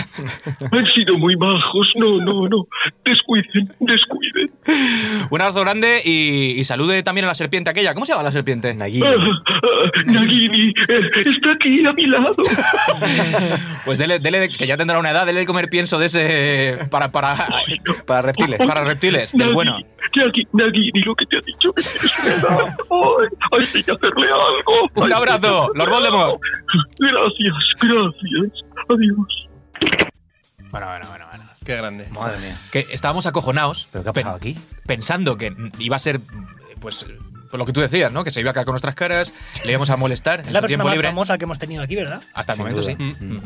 Han sido muy bajos. No, no, no. Descuiden, descuiden.
Un abrazo grande y, y salude también a la serpiente aquella. ¿Cómo se llama la serpiente?
Nagini.
Nagini eh, está aquí a mi lado.
Pues dele, dele de- que ya tendrá una edad, dele de comer pienso de ese para, para,
Para reptiles.
para reptiles, del bueno.
Nagini, Nagini, lo que te ha dicho que tienes una edad. Ay, ay, hay que hacerle algo.
Un
Ay,
abrazo, Lord Voldemort.
Gracias, gracias. Adiós.
Bueno, bueno, bueno, bueno.
Qué grande.
Madre mía.
Que estábamos acojonados.
¿Pero qué ha
pen-
pasado aquí?
Pensando que mm, iba a ser, mm, pues, eh, por lo que tú decías, ¿no? Que se iba a caer con nuestras caras, le íbamos a molestar en
Es la
su
persona
tiempo
más
libre.
famosa que hemos tenido aquí, ¿verdad?
Hasta el
Sin
momento,
duda.
sí. Mm.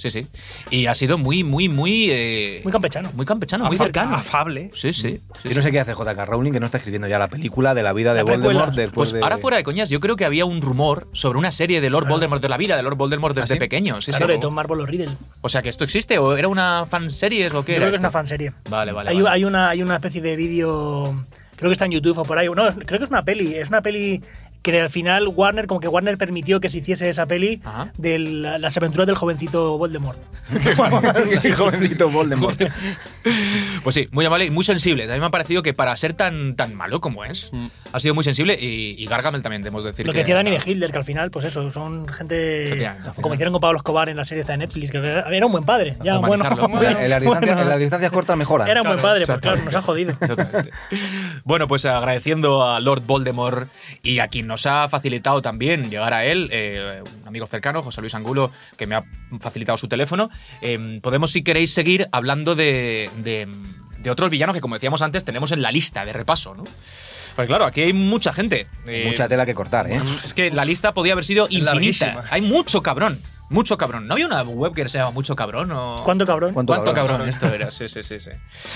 Sí, sí. Y ha sido muy, muy, muy. eh,
Muy campechano.
muy campechano, muy
Afa-
cercano.
Afable.
Sí, sí. sí,
Yo no sé qué hace J.K. Rowling que no está escribiendo ya la película de la vida de
La precuela.
Voldemort después
Pues
de-
ahora fuera de coñas, yo creo que había un rumor sobre una serie de Lord Voldemort, de la vida de Lord Voldemort desde
sí?
pequeño. Sí, sí.
¿Ah, Claro, de Tom Marvolo Riddle.
O sea, que esto existe, o era una fanseries o qué
Yo
era.
creo que es
esto?
una fanserie.
Vale, vale.
hay,
vale.
hay una, hay una especie de vídeo, creo que está en YouTube o por ahí. No, es- creo que es una peli. Es una peli que al final Warner, como que Warner permitió que se hiciese esa peli
Ajá.
de la- las aventuras del jovencito Voldemort.
El jovencito Voldemort.
Pues sí, muy amable y muy sensible. También me ha parecido que para ser tan, tan malo como es, ha sido muy sensible y, y Gargamel también, debemos decir.
Lo que decía
ha
Dani de
estado-
Hitler, que al final, pues eso, son gente.
Efectivamente, al final.
Como hicieron con Pablo Escobar en la serie esta de Netflix, que era un buen padre. Ya, bueno.
Humanizarlo.
bueno,
En la- en las distancias, en
bueno.
las distancias cortas mejoran. Eh,
Era un buen padre, pero
Exacto.
claro, nos ha jodido.
Exactamente. Bueno, pues agradeciendo a Lord Voldemort y a quien nos ha facilitado también llegar a él, eh, un amigo cercano, José Luis Angulo, que me ha facilitado su teléfono, eh, podemos, si queréis, seguir hablando de, de- de otros villanos que, como decíamos antes, tenemos en la lista de repaso, ¿no? Pues claro, aquí hay mucha gente. eh,
Mucha tela que cortar, ¿eh?
Es que la lista podía haber sido infinita.
Larguísima.
Hay mucho cabrón. Mucho cabrón. ¿No había una web que se llama Mucho Cabrón? O...
¿Cuánto cabrón?
¿Cuánto, cabrón?
cabrón?
Esto era, sí, sí, sí. sí.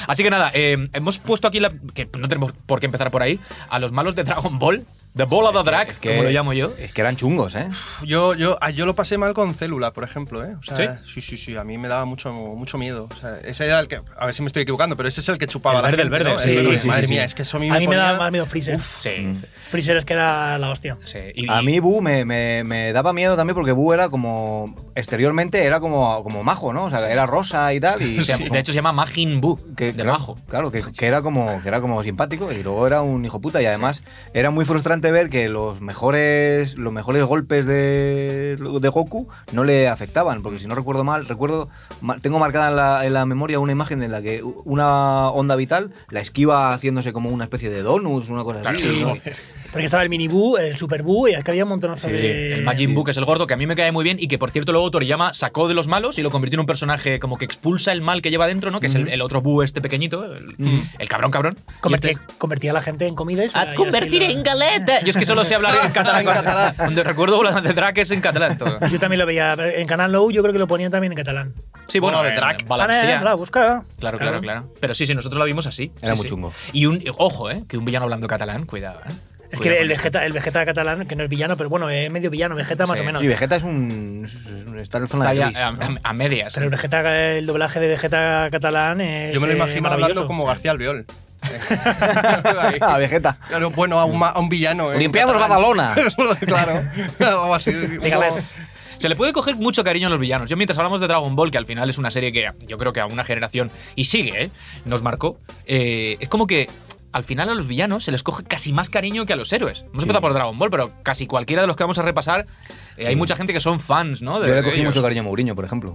Así que nada, eh, hemos puesto aquí, la, que no tenemos por qué empezar por ahí, a los malos de Dragon Ball. The Ball of the Drag,
Es que-
como lo llamo yo.
Es que eran chungos, ¿eh?
Yo, yo, ah, yo lo pasé mal con Célula, por ejemplo, ¿eh? O sea,
¿Sí?
¿Sí? sí, sí, A mí me daba mucho, mucho miedo. O sea, ese era el que. A ver si me estoy equivocando, pero ese es el que chupaba
El
la
verde,
gente,
el verde,
¿no?
sí,
Eso es lo que-
sí, sí,
Madre
sí.
mía, es que eso a mí
A mí me
ponía-
daba más miedo Freezer.
Sí,
Freezer es que era la hostia.
sí. Y-
A mí Bu me, me- me daba miedo también porque Bu era como. Exteriormente era como, como majo, ¿no? O sea, era rosa y tal. Y
y se- De hecho, se llama Majin Buu,
que,
de
claro,
bajo.
Claro, que, que era como, que era como simpático y luego era un hijo puta. Y además era muy frustrante ver que los mejores, los mejores golpes de, de Goku no le afectaban.
Mm.
Porque si no recuerdo mal, recuerdo ma- tengo marcada en la, en la memoria una imagen en la que u- una onda vital la esquiva haciéndose como una especie de donuts, una cosa así. ¿no?
Porque estaba el mini Buu, el Super Buu y es que había un montonazo
Sí,
de.
El Majin Buu, que es el gordo, que a mí me cae muy bien y que, por cierto, luego Toriyama sacó de los malos y lo convirtió en un personaje como que expulsa el mal que lleva dentro, ¿no? Que es el, el otro Buu este pequeñito, el, el cabrón cabrón. Y
Convertía,
este-
convertía a la gente en comida. y se la- y
A
así
convertir
la-
en galeta. Yo es que solo sé hablar en catalán. cuando- Cuando recuerdo las de Drake es en catalán todo.
Yo también lo veía en Canal Low, yo creo que lo ponían también en catalán.
Sí, bueno,
Bueno, de
en
Drac.
Valencia.
Ah, no, no, la busca.
Claro, claro, claro. Pero sí, sí, nosotros lo vimos así.
Era
Sí,
muy
sí.
chungo.
Y un, ojo, ¿eh? Que un villano hablando catalán, cuidado, ¿eh?
Es
Cuidado
que el
con eso.
Vegeta, el Vegeta catalán, que no es villano, pero bueno, es medio villano, Vegeta más
Sí.
o menos.
Sí, Vegeta es un. es un- está en
Está
zona de
ya eh,
gris,
a,
¿no?
a- a medias.
Pero el Vegeta, el doblaje de Vegeta catalán es.
Yo me lo
eh,
imagino
maravilloso.
hablando como García Albiol.
A Vegeta.
Claro, bueno, a un, ma- a un villano. ¿eh?
Limpiamos Badalona.
claro, algo así.
Venga,
como-
ves.
Se le puede coger mucho cariño a los villanos. Yo mientras hablamos de Dragon Ball, que al final es una serie que yo creo que a una generación, y sigue, ¿eh? nos marcó, eh, es como que al final a los villanos se les coge casi más cariño que a los héroes. Hemos empezado por Dragon Ball, pero casi cualquiera de los que vamos a repasar, eh, hay mucha gente que son fans, ¿no? De-
Yo le
de
cogí
ellos.
mucho cariño a Mourinho, por ejemplo.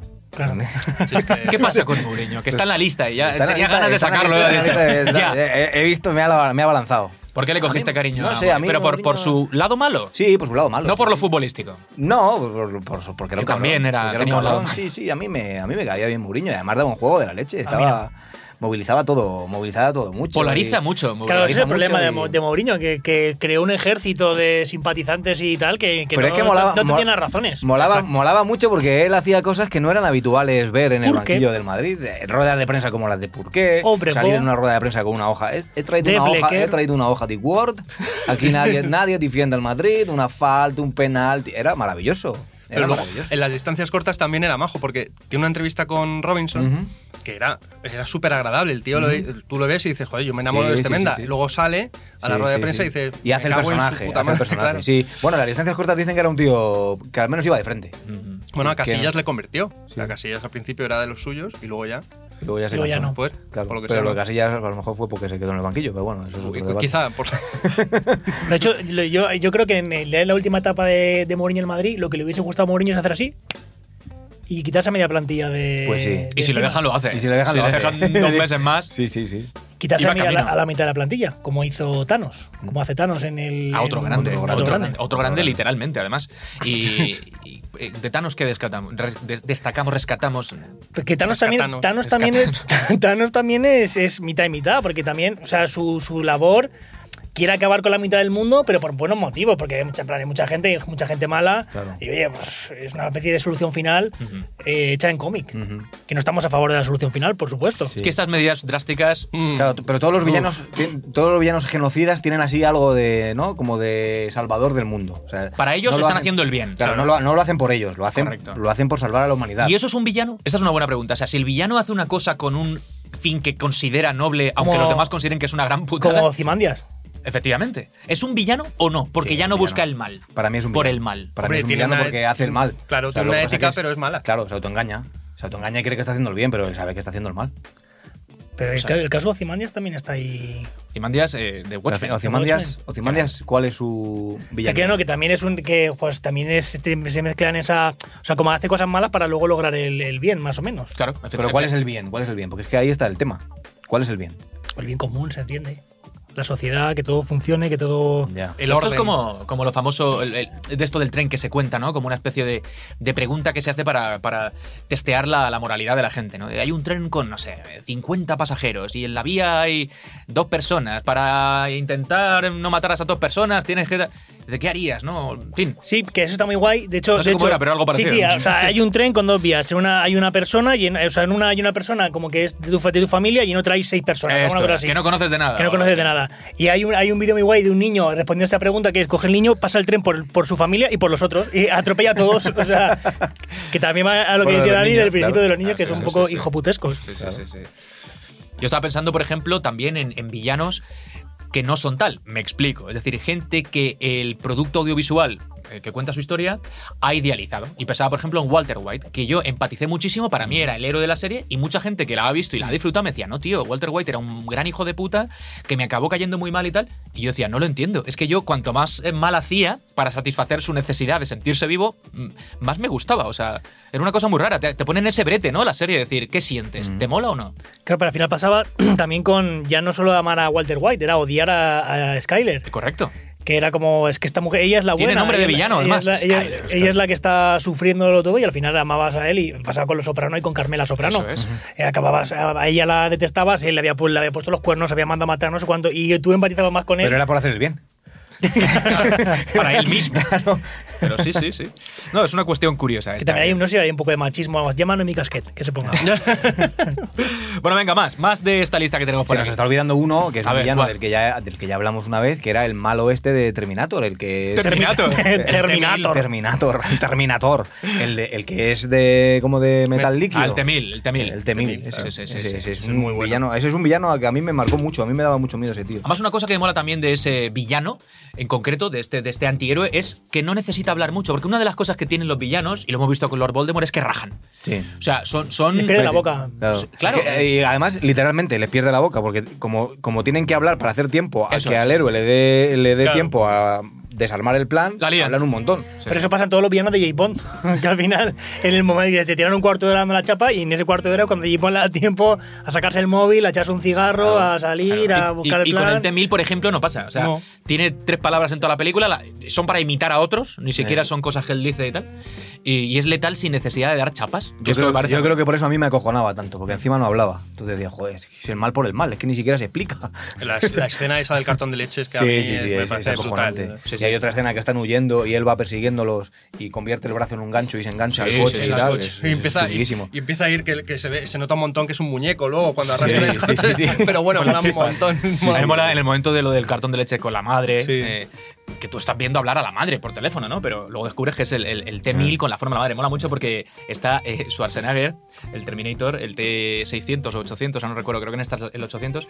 ¿Qué pasa con Mourinho? Que está en la lista y ya
Está en la
tenía
lista-
ganas de
está en la
sacarlo.
lista-
ya,
está en la lista-
ya.
He, he visto, me ha, la- me ha balanzado.
¿Por qué le cogiste
A mí-
cariño?
no
a
sé,
Mourinho?
a mí
pero por,
Mourinho-
por su lado malo.
Sí, por su lado malo.
No por lo futbolístico.
No, por- por- por- porque
Que
era un cabrón,
también era-
porque
tenía un
un cabrón.
lado.
Sí, sí, a mí, me, a mí me caía bien Mourinho. y Además daba un juego de la
Ah,
leche. Estaba, movilizaba todo, movilizaba todo mucho.
Polariza
y-
mucho.
Claro, ese es
Polariza
el
mucho
problema de,
y-
Mo- de Mourinho, que, que creó un ejército de simpatizantes y tal, que, que
Pero
no,
es que molaba,
no, no
mol-
tenía las razones.
Molaba, molaba mucho porque él hacía cosas que no eran habituales ver en el
¿Por qué?
banquillo del Madrid. Eh, Ruedas de prensa como las de Purqué,
Hombre,
salir
po.
en una rueda de prensa con una hoja. He, he traído,
De
una hoja
Flecker.
he traído una hoja de Word. Aquí nadie, nadie defiende al Madrid. Una falta, un penalti. Era maravilloso. Era
Pero luego,
maravilloso.
en las distancias cortas también era majo, porque tiene una entrevista con Robinson que era, era súper agradable. El tío, lo- tú lo ves y dices, joder, yo me enamoro
Sí,
de este
sí,
menda.
sí, sí.
Y luego sale a la
Sí,
rueda de
sí,
prensa
sí.
y dices,
Y hace el
"Me cago en su
personaje. hace
puta
el
madre",
personaje,
claro.
sí. Bueno, las distancias cortas dicen que era un tío que al menos iba de frente.
Mm.
Bueno, a
Que-
Casillas le convirtió. O sea, Casillas al principio era de los suyos y luego ya.
y Luego ya se
Luego ya
cansó.
no.
Pues,
Claro,
por lo que
pero
sea,
lo de
¿no?
Casillas a lo mejor fue porque se quedó en el banquillo, pero bueno, eso es otro debate.
Quizá por.
De hecho, lo- yo, yo creo que en el- la última etapa de, de Mourinho en Madrid, lo que le hubiese gustado a Mourinho es hacer así y quitarse a media plantilla de.
Pues sí.
de
Y si lo
encima.
dejan, lo hace.
Y si lo dejan,
si
lo
le
hace.
dejan dos meses más.
Sí, sí, sí.
Quitarse
iba
a, media- a la,
camino.
a la mitad de la plantilla, como hizo Thanos, como hace Thanos en el.
A otro
en-
grande,
a
otro,
otro
grande,
grande.
otro grande literalmente, además. Y, y, eh, de Thanos, ¿qué descatamos? Res- des- destacamos, rescatamos.
Porque Pues Thanos también, Thanos
Rescatanos.
también, es, Thanos también es, es mitad y mitad, porque también, o sea, su, su labor quiere acabar con la mitad del mundo, pero por buenos motivos, porque hay mucha, en plan, hay mucha gente, hay mucha gente mala,
Claro.
y oye, pues es una especie de solución final eh, hecha en cómic. Que no estamos a favor de la solución final, por supuesto.
Es que estas medidas drásticas.
Claro, t- pero todos los villanos, tien- todos los villanos genocidas tienen así algo de, ¿no? Como de salvador del mundo. O sea,
Para ellos
no lo
están
hacen-
haciendo el bien.
Claro, no lo, no lo hacen por ellos, lo hacen,
Correcto.
lo hacen por salvar a la humanidad.
¿Y eso es un villano? Esta es una buena pregunta. O sea, si el villano hace una cosa con un fin que considera noble, aunque
Como-
los demás consideren que es una gran putada.
Como Zimandias.
Efectivamente. ¿Es un villano o no? Porque
Sí,
ya
un
no
villano.
busca el mal.
Para mí es un
Por
villano.
el mal.
Para mí
Hombre,
es un
tiene
villano
una-
porque hace el mal.
Claro, tiene
lo
una
que pasa
ética,
que
pero es mala.
Claro, se autoengaña. Se autoengaña y cree que está haciendo el bien, pero sabe que está haciendo el mal.
Pero el,
sea-
ca- el caso de Zimandias también está ahí.
Zimandias eh, de Watchmen.
Ozymandias,
Watchmen.
Ozymandias, ¿cuál es su villano?
Que, no, que también es un. que pues también es, te- se mezclan esa. O sea, como hace cosas malas para luego lograr el, el bien, más o menos.
Claro,
Pero ¿cuál es el bien? ¿Cuál es el bien? Porque es que ahí está el tema. ¿Cuál es el bien?
El bien común, se entiende. La sociedad, que todo funcione, que todo.
Ya.
El
esto
orden.
es como, como lo famoso el- el- de esto del tren que se cuenta, ¿no? Como una especie de, de pregunta que se hace para, para testear la, la moralidad de la gente, ¿no? Hay un tren con, no sé, 50 pasajeros y en la vía hay dos personas. Para intentar no matar a esas dos personas tienes que... da- de qué harías, ¿no? En fin.
Sí, que eso está muy guay. De hecho,
No sé
de
cómo
hecho-
era, pero algo parecido.
Sí, sí, o sea, hay un tren con dos vías. En una hay una persona y en, o sea, en una hay una persona como que es de tu, fa- de tu familia y en otra hay seis personas.
Esto
alguna cosa
es,
así.
que no conoces de nada.
Que no conoces de nada. Y hay un, hay un vídeo muy guay de un niño respondiendo a esta pregunta que es, coge el niño, pasa el tren por, por su familia y por los otros y atropella a todos. o sea, que también va a lo que
Por lo
dice
de los
Dani
niños,
del principio
claro.
de los niños,
Ah,
que
sí,
son un
sí,
poco
sí, sí.
hijoputescos.
Sí, sí, sí, sí. Yo estaba pensando, por ejemplo, también en, en villanos que no son tal. Me explico. Es decir, gente que el producto audiovisual eh, que cuenta su historia ha idealizado. Y pensaba, por ejemplo, en Walter White, que yo empaticé muchísimo. Para mí era el héroe de la serie. Y mucha gente que la ha visto y la ha disfrutado me decía, no, tío, Walter White era un gran hijo de puta que me acabó cayendo muy mal y tal. Y yo decía, no lo entiendo. Es que yo, cuanto más eh, mal hacía para satisfacer su necesidad de sentirse vivo, mm, más me gustaba. O sea, era una cosa muy rara. Te, te ponen ese brete, ¿no? La serie, decir, ¿qué sientes? ¿Te mola o no?
Claro, pero al final pasaba también con ya no solo amar a Walter White, era odiar a, a Skyler.
Correcto.
que era como es que esta mujer ella es la
Tiene
buena
nombre de
ella-
villano,
ella
además,
es la- ella,
Skyler,
ella
claro.
es la que está sufriendo todo y al final amabas a él y pasaba con los Soprano y con Carmela Soprano
Eso es.
Eh, acababas a a ella la detestabas él le había, pu- le había puesto los cuernos había mandado a matar no sé cuánto y tú empatizabas más con él
Pero era por hacer el bien.
Para él mismo. Pero sí, sí, sí. No, es una cuestión curiosa.
que
esta.
también hay, un- no sé si hay un poco de machismo además, llámame mi casquet que se ponga
Bueno, venga, más. Más de esta lista que tenemos
Se
por
nos
aquí.
está olvidando uno, que es
A
un
ver,
villano
¿cuál?
del que, ya, del que ya hablamos una vez, que era el malo este de Terminator, el que... es-
Terminator.
Terminator.
Terminator, Terminator. El, de- el que es de como de metal líquido.
Ah, el Temil, el Temil.
El Temil.
Temil, sí,
ese.
sí, sí,
Ese-
sí.
ese es un villano. Ese es un villano que a mí me marcó mucho. A mí me daba mucho miedo ese tío.
Además, una cosa que me mola también de ese villano, en concreto, de este, de este antihéroe, es que no necesita hablar mucho. Porque una de las cosas que tienen los villanos, y lo hemos visto con Lord Voldemort, es que rajan.
Sí.
O sea, son. son
pierde la boca
Claro.
Sí, claro.
Es que, eh, y además, literalmente, les pierde la boca, porque como, como tienen que hablar para hacer tiempo a
Eso
que
es.
al héroe le dé, le dé tiempo a desarmar el plan,
La lían.
hablan un montón.
pero eso pasa en todos los villanos de J. Bond que al final en el momento te tiran un cuarto de hora en la chapa y en ese cuarto de hora cuando J. Bond le da tiempo a sacarse el móvil a echarse un cigarro a salir a
Claro. Y,
buscar
y-
el
y
plan
con el T-1000, por ejemplo, no pasa. O sea,
No.
tiene tres palabras en toda la película, la- son para imitar a otros, ni siquiera son cosas que él dice y tal. Y, y es letal sin necesidad de dar chapas. que
Yo
esto
creo,
me parece-
yo creo que por eso a mí me acojonaba tanto, porque encima no hablaba. Entonces decía, joder, es que es el mal por el mal, es que ni siquiera se explica.
La, la escena esa del cartón de leche es que a mí
Sí, sí, sí,
me
es, es
parece brutal.
acojonante.
¿no?
Y hay otra escena que están huyendo y él va persiguiéndolos y convierte el brazo en un gancho y se engancha
Sí,
al coche
sí,
y
sí,
tal.
sí,
Es-
sí.
Y
es
empieza,
estupidísimo.
y, y empieza a ir que, que se, ve- se nota un montón que es un muñeco luego cuando arrastra
Sí,
el coche.
sí, sí.
Pero bueno, mola un montón.
A mí
Mola un
mola
montón.
en el momento de lo del cartón de leche con la madre,
Sí.
eh, que tú estás viendo hablar a la madre por teléfono, ¿no? Pero luego descubres que es el, el- el T-1000 con la forma de la madre. Mola mucho porque está eh, Schwarzenegger, el Terminator, el T-600 o 800, ahora no recuerdo, creo que en esta es el 800,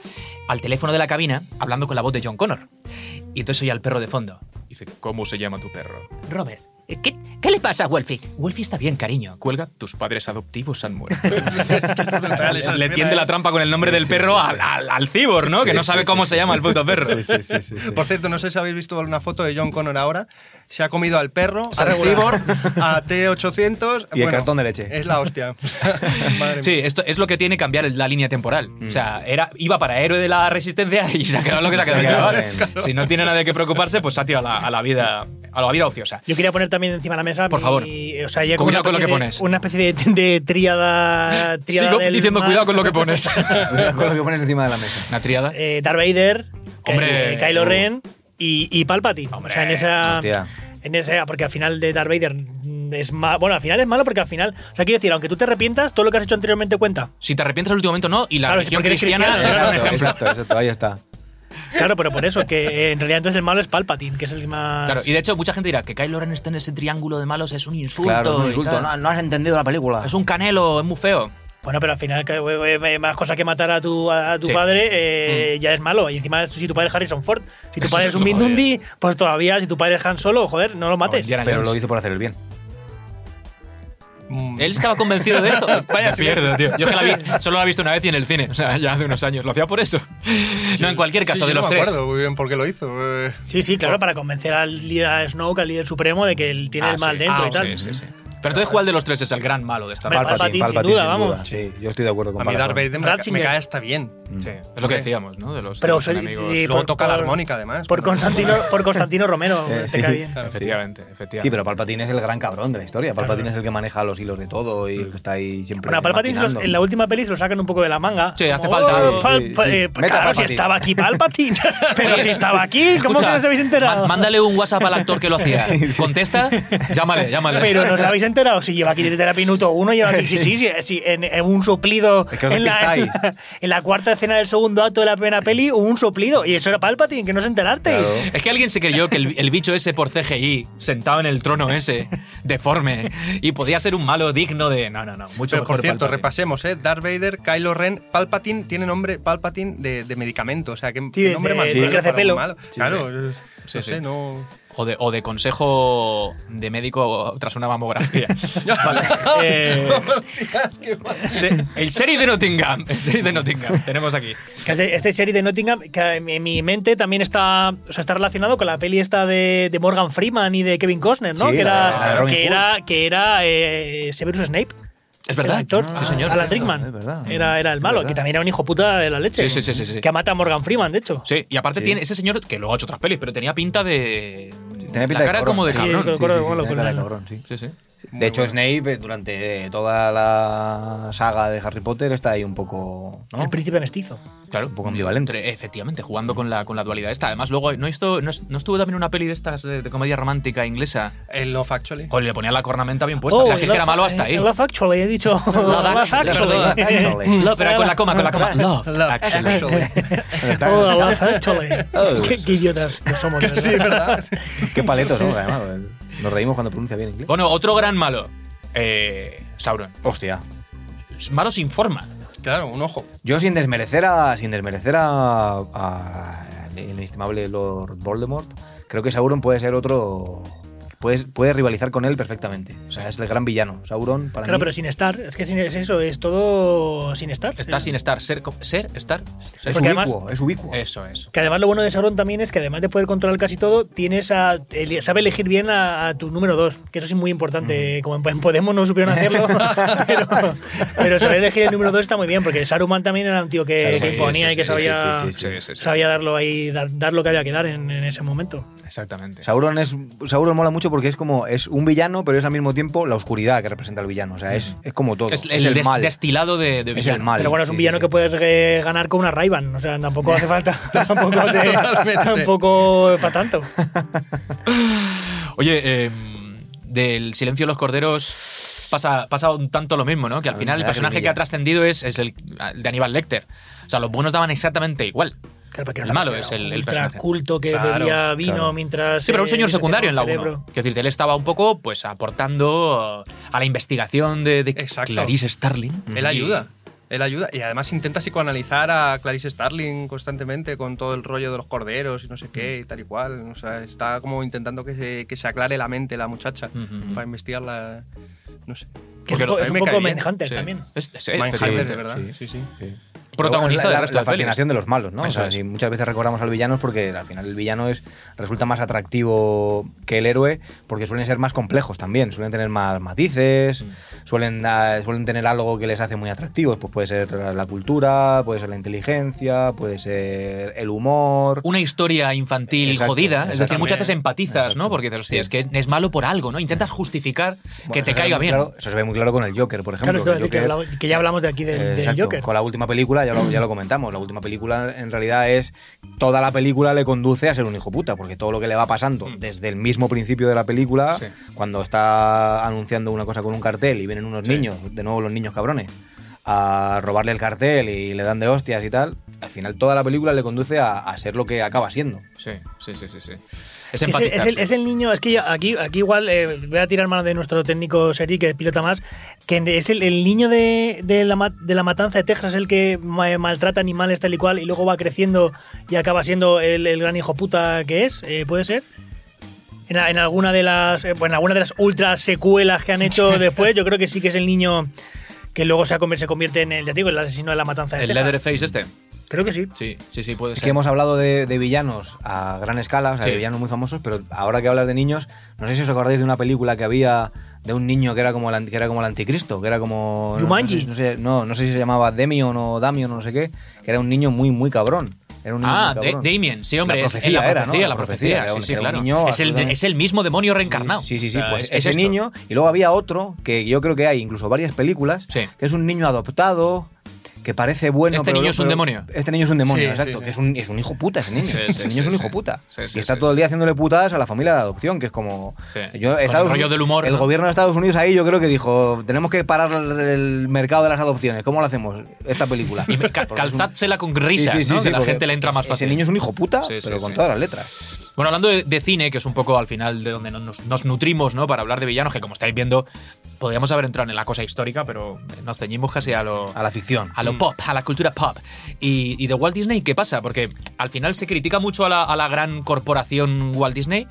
al teléfono de la cabina hablando con la voz de John Connor. Y entonces oye al perro de fondo. Dice, ¿cómo se llama tu perro? Robert. ¿Qué, qué le pasa a Wolfie? Wolfie está bien, cariño. Cuelga, tus padres adoptivos han muerto.
Brutal, esa
eh. Le
escena
tiende
es-
la trampa con el nombre del perro al, al, al cibor, ¿no? que no sabe cómo se llama el puto perro.
Por cierto, no sé si habéis visto una foto de John Connor ahora. Se ha comido al perro, al cyborg, a T800.
Y el cartón de leche.
Es la hostia. Madre
Sí,
mía.
esto es lo que tiene cambiar la línea temporal. O sea,
Mm.
era, iba para héroe de la resistencia y se ha quedado lo que se ha quedado.
Se ha quedado
chaval. Si no tiene nada de qué preocuparse, pues se ha tirado a la, a la vida, a la vida ociosa.
Yo quería poner también encima de la mesa.
Por favor.
o sea, ya como
Cuidado con
una
lo
especie
que
de-
pones.
Una especie de, de tríada. tríada
Sigo
del
diciendo
mal.
cuidado con lo que pones.
Cuidado con lo que pones encima de la mesa.
Una triada.
Eh, Darth Vader,
Hombre. uh.
eh, Kylo Ren y, y Palpatine.
Hombre.
o sea, en esa.
Hostia.
En esa, porque al final de Darth Vader mm, es malo. Bueno, al final es malo porque al final. O sea, quiero decir, aunque tú te arrepientas, todo lo que has hecho anteriormente cuenta.
Si te arrepientes al último momento, no. Y la
Claro, sí,
religión
porque eres
cristiana es
cristiano,
un
Exacto,
ejemplo.
exacto, exacto, ahí está.
Claro, pero por eso, que eh, en realidad entonces el malo es Palpatine, que es el más.
Claro, y de hecho, mucha gente dirá que Kylo Ren está en ese triángulo de malos, es un insulto.
Claro, es un
y
insulto.
tal.
No, no has entendido la película.
Es un canelo, es muy feo.
Bueno, pero al final, que, eh, eh, más cosa que matar a tu, a tu
Sí. Mm.
padre, eh, ya es malo. Y encima, si tu padre es Harrison Ford, si tu padre es un
Joder.
Mindundi, pues todavía, si tu padre es Han Solo, joder, no lo mates.
Indiana
Pero
Jones.
lo hizo por hacer el bien.
Mm.
Él estaba convencido de esto. Vaya, pierdo, tío. Yo es que la vi, solo la he visto una vez y en el cine. O sea, ya hace unos años. Lo hacía por eso. No, en cualquier
Sí,
caso,
yo
de
no
los
me
tres.
acuerdo muy bien por qué lo hizo. eh.
Sí, sí, claro, para convencer al líder a Snoke, al líder supremo, de que él tiene
Ah,
el mal
sí.
dentro
Ah,
y tal.
sí, sí, sí. Pero entonces, ¿cuál de los tres es el gran malo de esta
Hombre,
película?
Palpatine, sin duda, vamos.
Sí, yo estoy de acuerdo con
A mí Darth
Palpatine.
Vader me, ca- me
Ratzinger.
cae hasta bien.
Sí, es lo que decíamos, ¿no? De los,
Pero
de los
soy-
enemigos.
y-
Luego
por-
toca la
por-
armónica, además.
Por Constantino, por Constantino Romero, este
Eh,
te
sí.
cae bien.
Efectivamente, efectivamente.
Sí, pero Palpatine es el gran cabrón de la historia. Palpatine es el que maneja los hilos de todo y el que está ahí siempre.
Bueno, a Palpatine se los-
maquinando.
en la última peli se lo sacan un poco de la manga.
Sí, hace
Como,
falta.
"Oh, Pal-
Sí,
pa-
sí.
eh,
Meta
claro, si
Palpatine".
estaba aquí Palpatine. Pero si estaba aquí, ¿cómo que no os habéis enterado?
ma- Mándale un WhatsApp al actor que lo hacía. Contesta, llámale, llámale.
Pero no os habéis enterado si lleva aquí desde el minuto uno, lleva aquí, sí, sí, sí, sí, en, en un soplido.
Es que os
en, la, en,
despistáis.
la cuarta escena del segundo acto de la primera peli, hubo un soplido. Y eso era Palpatine, que no se enterarte.
Es que alguien se creyó que el, el bicho ese por CGI, sentado en el trono ese, deforme, y podía ser un malo digno de. No, no, no. Mucho
Pero,
mejor
por cierto,
Palpatine.
repasemos, ¿eh? Darth Vader, Kylo Ren, Palpatine tiene nombre Palpatine de, de medicamento. O sea, que
Sí, de-
nombre
de-
más
de
malo
crece
para un
pelo.
malo.
Sí,
claro,
Sí,
no
sí.
sé, no.
O de, o de consejo de médico tras una mamografía. Vale. Eh, se- el sheriff de Nottingham. El sheriff de Nottingham. Tenemos aquí.
Que Este, este serie de Nottingham, que en mi- en mi mente también está, o sea, está relacionado con la peli esta de, de Morgan Freeman y de Kevin Costner, ¿no?
Sí,
que,
la- la de
era,
Robin
que
Hood.
era que era eh, Severus Snape.
Es verdad.
El actor,
Sí, señor.
Alan
Sí,
Rickman.
Ah, es verdad.
Era, era el malo, que también era un hijo puta de la leche.
Sí, sí, sí, sí, sí.
Que mata a Morgan Freeman, de hecho.
Sí, y aparte tiene ese señor que luego ha hecho otras pelis, pero tenía pinta de.
Tenía pinta
la
de
cara
cabrón.
como de
Sí,
cabrón.
con-
Sí,
con-
sí, sí,
con-
tiene
con-
cara de
con-
cabrón, sí.
Sí, sí.
De hecho, Snape, eh, durante toda la saga de Harry Potter, está ahí un poco. ¿no?
El príncipe mestizo.
Claro.
Un poco ambivalente.
Entre- efectivamente, jugando con la, con la dualidad esta. Además, luego, ¿no, esto, no, es- no estuvo también una peli de estas eh, de comedia romántica inglesa?
El Love Actually.
Joder, le ponía la cornamenta bien puesta. Pues, o sea,
Oh,
que el que era
Love-
malo hasta ahí.
Love Actually, he dicho. Love
Love
Actually.
Actually.
No, pero Mm. con la coma, con la coma. Love,
Love
actually.
Actually.
Oh, Love Actually.
Oh,
pues,
Qué qué idiotas no somos, ¿verdad?
sí, ¿verdad?
Qué paletos, ¿no? Además, nos reímos cuando pronuncia bien inglés.
Bueno, otro gran malo. Eh, Sauron.
Hostia.
Malo sin forma.
Claro, un ojo.
Yo sin desmerecer a. sin desmerecer a. a- al inestimable Lord Voldemort, creo que Sauron puede ser otro. Puede, puede rivalizar con él perfectamente. O sea, es el gran villano. Sauron, para
Claro,
mí.
pero sin estar. Es que sin, es eso, es todo sin estar.
Está sin estar. Ser, co- ser estar. ser.
es
porque
ubicuo, es ubicuo.
Eso es.
Que además lo bueno de Sauron también es que además de poder controlar casi todo, tienes a, ele- sabe elegir bien a, a tu número 2, que eso sí es muy
Mm.
importante. Como en, en Podemos no supieron hacerlo, pero, pero saber elegir el número 2 está muy bien, porque Saruman también era un tío que,
Saruman,
Eh, que
sí,
imponía
sí,
y que
sí,
sabía,
sí, sí, sí,
sí, sí.
sabía darlo ahí, dar, dar lo que había que dar en, en ese momento.
Exactamente.
Sauron es Sauron mola mucho porque es como es un villano, pero es al mismo tiempo la oscuridad que representa el villano, o sea, es, es como todo,
Es
Mm. es
el,
el,
des-
mal.
destilado de, de
Es el
villano.
mal. Vale,
pero bueno, es un
sí,
villano
sí,
que
sí.
puedes eh, ganar con una ray o sea, tampoco hace falta, tampoco, te- tampoco para tanto.
Oye, eh, del silencio de los corderos pasa, pasa un tanto lo mismo, ¿no? Que al
A mí
final
Ah, me
el
da
personaje que
grimilla.
ha trascendido es, es el el de Aníbal Lecter. O sea, los buenos daban exactamente igual.
Claro, porque
El
era una
malo
persona
es el- el
ultra
personaje.
culto que
Claro,
bebía vino
claro.
mientras.
Sí, pero un
eh,
señor
se
secundario en la
tiraba
1.
cerebro.
Quiero decir, él estaba un poco pues aportando eh, a la investigación de, de
Exacto.
Clarice Starling.
Él
Y-
ayuda. Él ayuda. Y además intenta psicoanalizar a Clarice Starling constantemente con todo el rollo de los corderos y no sé qué y tal y cual. O sea, está como intentando que se, que se aclare la mente la muchacha
Ujú.
para investigarla. No sé.
Que es,
Porque
un po-
a
es
mí
un
me
poco
cae bien,
Mindhunter
Sí.
también.
Es, es-
Mindhunter,
efectivamente.
de verdad. Sí, sí.
Protagonista
la,
del
la-
resto
la
de pelis.
fascinación de los malos, ¿no? O
Eso
sea,
es.
si muchas veces recordamos a los villanos porque al final el villano es resulta más atractivo que el héroe porque suelen ser más complejos también, suelen tener más matices,
Mm.
suelen ah, suelen tener algo que les hace muy atractivos, pues puede ser la la cultura, puede ser la inteligencia, puede ser el humor.
Una historia infantil
Exacto,
jodida. Es decir,
exactamente.
muchas veces empatizas, ¿no? Porque dices, hostia, es que es malo por algo, ¿no? Intentas justificar que
Bueno,
te
eso se ve
caiga
muy
bien.
claro- eso se ve muy claro con el Joker, por ejemplo.
Claro, esto
que el
es que,
Joker-
hablamos- que ya hablamos de aquí del, del
Exacto,
Joker.
Con la última película ya lo, ya lo comentamos. La última película en realidad es toda la película le conduce a ser un hijo puta, porque todo lo que le va pasando desde el mismo principio de la película,
Sí.
cuando está anunciando una cosa con un cartel y vienen unos niños, de nuevo los niños cabrones, a robarle el cartel y le dan de hostias y tal, al final toda la película le conduce a, a ser lo que acaba siendo.
Sí, sí, sí, sí. sí. Es
Es, el-
empatizar.
es el,
sí.
es el niño, es que ya aquí, aquí igual eh, voy a tirar mano de nuestro técnico Seri, que pilota más, que es el, el niño de, de la, ma- de la matanza de Texas, el que ma- maltrata animales tal y cual, y luego va creciendo y acaba siendo el, el gran hijo puta que es, eh, ¿puede ser? En, a- en alguna de las eh, bueno, en alguna de las ultra secuelas que han hecho después, yo creo que sí que es el niño que luego se, ha conver- se convierte en el, ya te digo, el asesino de la matanza de
El
Texas.
Leatherface este.
Creo que sí.
Sí, sí, sí, puede
Es
ser.
que hemos hablado de, de villanos a gran escala, o sea,
Sí.
de villanos muy famosos, pero ahora que hablas de niños, no sé si os acordáis de una película que había de un niño que era como el, anti- que era como el anticristo, que era como... no-
Jumanji.
No, sé, no, sé, no, no sé si se llamaba Demion o Damion o no sé qué, que era un niño muy, muy cabrón. Era un niño
Ah,
muy
de-
cabrón.
Damien, sí, hombre.
La
es- es
profecía
la
era,
profecía,
¿no?
la profecía,
era un-
sí, sí,
era un
claro.
niño
es, el,
absolutamente-
es el mismo demonio reencarnado.
Sí, sí, sí.
O sea,
pues
es- es
ese
esto.
niño. Y luego había otro, que yo creo que hay incluso varias películas,
Sí.
que es un niño adoptado, que parece bueno.
Este
pero-
niño es un
pero-
demonio.
Este niño es un demonio,
Sí,
exacto.
sí.
que es un, es un hijo puta ese niño.
Sí, sí,
ese niño
sí,
es un
sí.
hijo puta.
Sí, sí,
y está
sí,
todo
sí.
el día haciéndole putadas a la familia de adopción, que es como.
Sí.
Yo,
Con el
Estados-
rollo del humor,
El
¿no?
gobierno de Estados Unidos ahí yo creo que dijo: tenemos que parar el mercado de las adopciones. ¿Cómo lo hacemos? Esta película.
Y me- ca-
Porque es un-
calzádsela con risas, ¿no? que la
porque
gente le entra más
ese-
fácil.
Ese niño es un hijo puta,
Sí, sí,
pero con
sí.
todas las letras.
Bueno, hablando de, de cine, que es un poco al final de donde nos, nos nutrimos, ¿no? Para hablar de villanos, que como estáis viendo, podríamos haber entrado en la cosa histórica, pero nos ceñimos casi a lo,
A la ficción.
a lo
Mm.
pop, a la cultura pop. Y, y de Walt Disney, ¿qué pasa? Porque al final se critica mucho a la, a la gran corporación Walt Disney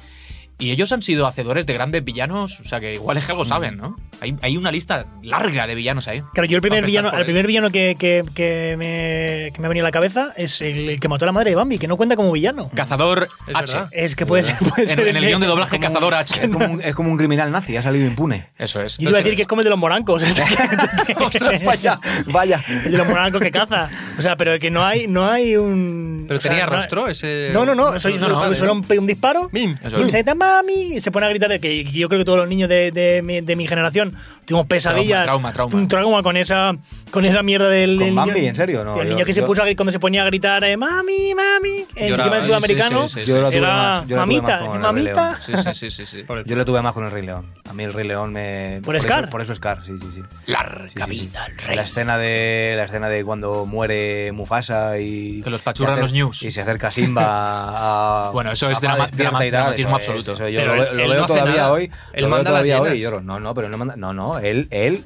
y ellos han sido hacedores de grandes villanos, o sea que igual es que algo
Mm.
saben, ¿no? Hay, hay una lista larga de villanos ahí.
Claro, yo
Para
el primer
empezar
villano,
por
el
ahí.
primer villano que, que- que me, que me ha venido a la cabeza es el, el que mató a la madre de Bambi, que no cuenta como villano.
Cazador
Es
H.
verdad.
Es que puede ser. puede
En,
ser
en el
que-
guión de doblaje, Cazador
Es
H.
como, un, es como un criminal nazi, ha salido impune.
Eso es.
Yo iba a decir que es como el de los morancos. este
Ostras, vaya, vaya.
El de los morancos que caza. O sea, pero que no hay, no hay un.
Pero
o sea,
tenía
no-
rostro ese.
No, no, no. Soy,
no,
solo-
no,
solo un, un disparo.
Mim.
Eso
Y
es.
dice, "Ta, mami. Y se pone a gritar. de Que yo creo que todos los niños de, de mi, de mi generación tuvimos pesadillas.
Trauma, trauma, trauma.
Un trauma con esa, con esa mierda del.
Con
del
Bambi,
niño-
en serio, no,
El
yo-
niño que se
yo-
puso a gri- cuando se ponía a gritar, eh, mami, mami. El
Lloraba,
idioma
sí, sí,
sudamericano.
sí, sí, sí.
Yo la tuve
Era
más- yo la tuve
mamita,
más con el Rey
mamita.
Sí, sí, sí, sí. sí.
Por el-
Yo lo tuve más con el Rey León. A mí el Rey León me.
¿Por Scar?
Eso, por eso Scar, sí, sí, sí.
Larga
Sí, sí, sí.
vida al rey.
La escena de la escena de cuando muere Mufasa y
Que los pachurran
se acer-
los ñus.
y se acerca Simba a
Bueno, eso es
a Madre
drama-
Tierra
drama-
y tal,
dramatismo
eso es,
absoluto.
eso yo
Pero
lo,
él-
lo
él
veo
no hace
todavía
nada.
hoy
Él
lo veo
manda las
todavía hoy y
llenas.
lloro no no pero él no manda no no él él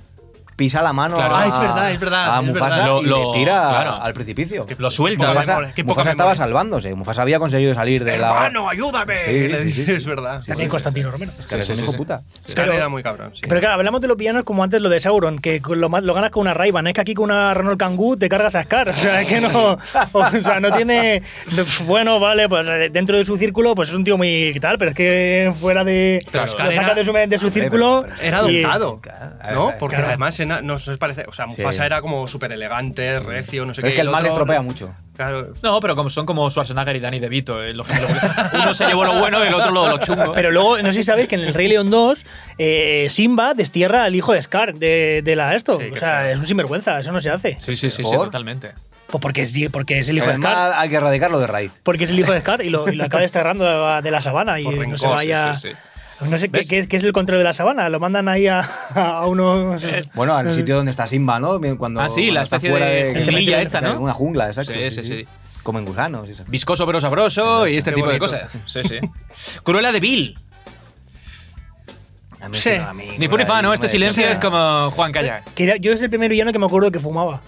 pisa la mano
Claro.
a,
Ah, es verdad, es verdad,
a
es
Mufasa
verdad.
Lo-
y
lo-
le tira
claro.
al precipicio
Lo suelta.
Mufasa,
memoria, qué poca
Mufasa estaba
memoria.
salvándose Mufasa había conseguido salir de la
¡Hermano, ayúdame!
Sí,
Le
sí,
dice,
sí.
Es verdad.
También Constantino Romero.
Es que eres
Sí,
un
sí,
hijo
sí.
puta
Scar
Pero-
era muy cabrón. sí.
Pero claro, hablamos de los villanos como antes lo de Sauron, que con lo, ma- lo ganas con una Rayban. Es que aquí con una Renault Kangoo te cargas a Scar. O sea, es que no. O sea, no tiene. Bueno, vale, pues eh, dentro de su círculo, pues es un tío muy tal, pero es que fuera de.
Pero
lo
Scar
sacas
era-
de su, de su círculo.
Era
y-
adoptado,
Claro,
¿no?
claro.
Porque
Claro.
además ena- nos parece. O sea, Mufasa
Sí.
era como súper elegante, recio, no sé
Pero
qué.
es que el mal
otro-
estropea mucho.
Claro.
No, pero como son como Schwarzenegger y Danny DeVito. eh, los gemelos. uno se llevó lo bueno y el otro lo, lo chungo.
Pero luego, no sé si sabéis que en el Rey León 2, eh, Simba destierra al hijo de Scar de, de la esto.
Sí, qué
o sea,
feo.
es un sinvergüenza, eso no se hace.
sí, sí, sí, sí,
¿Por?
totalmente.
Pues porque es, porque es el hijo
el
de Scar.
mal hay que erradicarlo de raíz
Porque es el hijo de Scar y lo, y lo acaba desterrando de la, de la sabana y
Por
no
rencor,
se vaya.
sí, sí,
Pues No sé qué, qué es, qué es el control de la sabana. Lo mandan ahí a, a unos.
Eh.
bueno al sitio donde está Simba no cuando
Ah, sí,
cuando
la
está
especie
fuera
de
que se
jungla
mete-
esta, ¿no?
una jungla exacto
Sí, sí, sí.
comen gusanos y esas cosas.
Viscoso pero sabroso y este
Qué
tipo de
bonito.
cosas. Sí, sí. Cruella de Bill.
A mí es eh, que
Sí.
no, a mí
Ni
no
puri
me-
fan,
no
¿no? Este
me-
silencio
o sea,
es como Juan Calla.
Que era- yo es el primer villano que me acuerdo que fumaba.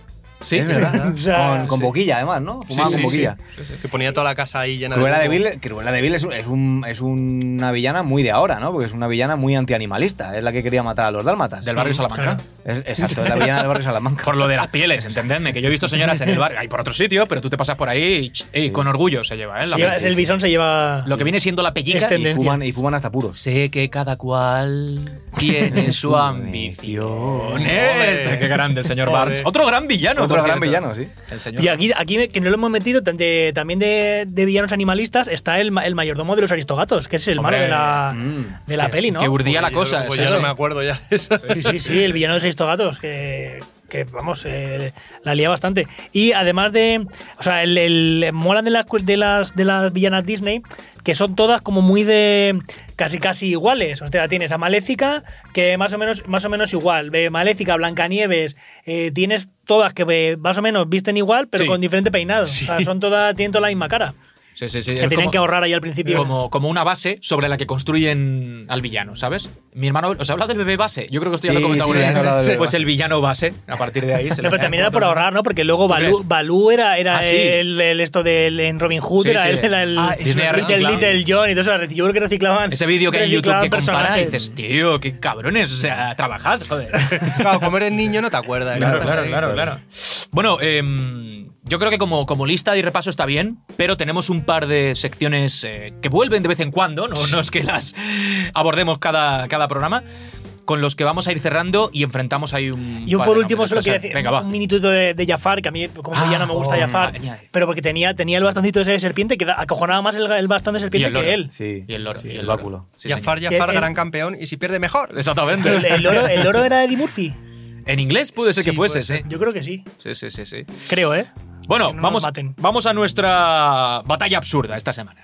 Sí,
es verdad.
O sea,
con con boquilla, además, ¿no? Fumaba
sí,
con
sí.
boquilla.
Que ponía toda la casa ahí llena
Cruella de
de.
Vil, Cruella de Vil es, un- es un- es una villana muy de ahora, ¿no? Porque es una villana muy antianimalista. Es la que quería matar a los dálmatas.
Del barrio Salamanca.
Es- exacto, es la villana del barrio Salamanca.
Por lo de las pieles, entendedme, que yo he visto señoras en el barrio, hay por otro sitio, pero tú te pasas por ahí y, ch, ey, con orgullo se lleva, ¿eh? La
se lleva-
piel.
el bisón se lleva.
Lo que viene siendo la pellica.
Es
y,
tendencia.
fuman, y fuman hasta puros.
Sé que cada cual tiene su ambición. Este, ¡Qué grande el señor
Joder.
Barnes! Otro gran villano.
Otro
por
gran
cierto.
villano, sí.
El señor.
Y aquí, aquí que no lo hemos metido, tan de- también de, de villanos animalistas, está el, ma- el mayordomo de los aristogatos, que es el
Hombre.
malo de la,
Mm.
de la peli, ¿no?
Que urdía la
Yo-
cosa.
pues
sí,
ya
sí.
no me acuerdo ya de eso.
Sí, sí, sí, el villano de los Aristogatos, que, que vamos, eh, la lía bastante. Y además de, o sea, el, el- molan de las, cu- de, las, de las villanas Disney, que son todas como muy de casi casi iguales. O sea, tienes a Maléfica, que más o menos, más o menos igual. Eh, Maléfica, Blancanieves, eh, tienes todas que eh, más o menos visten igual, pero
Sí.
con diferente peinado. O sea, son todas, tienen toda la misma cara.
Sí, sí, sí.
Que
Es
tenían
como-
que ahorrar ahí al principio.
como, como una base sobre la que construyen al villano, ¿sabes? Mi hermano, ¿os habla del bebé base? Yo creo que esto ya lo he
Sí,
comentado
sí,
alguna
ya
vez.
has hablado del bebé
Pues
base.
el villano base, a partir de ahí. se le
No, pero
cae
también era
cuatro.
por ahorrar, ¿no? Porque luego
¿Tú
Balú,
crees?
Balú era, era
Ah, sí.
el, el esto del en Robin Hood,
Sí,
era
sí.
el, era el
Ah, es Disney verdad.
Little,
reciclaba.
Little John y todo eso. Yo creo que reciclaban.
Ese vídeo que hay en YouTube que
reciclaban
compara y dices,
personajes.
tío, qué cabrones, o sea, trabajad, joder.
Claro, como eres niño no te acuerdas. ¿no? Estás ahí.
Bueno, em, Yo creo que como, como lista y repaso está bien, pero tenemos un par de secciones eh, que vuelven de vez en cuando, no, no es que las abordemos cada, cada programa, con los que vamos a ir cerrando y enfrentamos ahí un.
Yo
par
por
de
último
nombres,
solo quería
cosas.
decir
Venga, va.
un minutito de, de Jafar, que a mí como
Ah,
villano me gusta
oh,
Jafar,
madre mía.
pero porque tenía, tenía el bastoncito ese de serpiente que da- acojonaba más el, el bastón de
Y
serpiente
el loro.
que él.
Sí.
Y el loro.
Sí,
y
el
loro.
báculo.
Sí,
Jafar,
señor.
Jafar,
El- el-
gran campeón. Y si pierde,
señor.
mejor.
Exactamente.
El, el loro, el loro era de Eddie Murphy.
En inglés puede ser que
Sí,
fuese,
puede
sí.
ser.
Yo creo que sí,
Sí, sí, sí, sí.
creo, ¿eh?
Bueno,
Que no nos
vamos,
maten.
vamos a nuestra batalla absurda esta semana.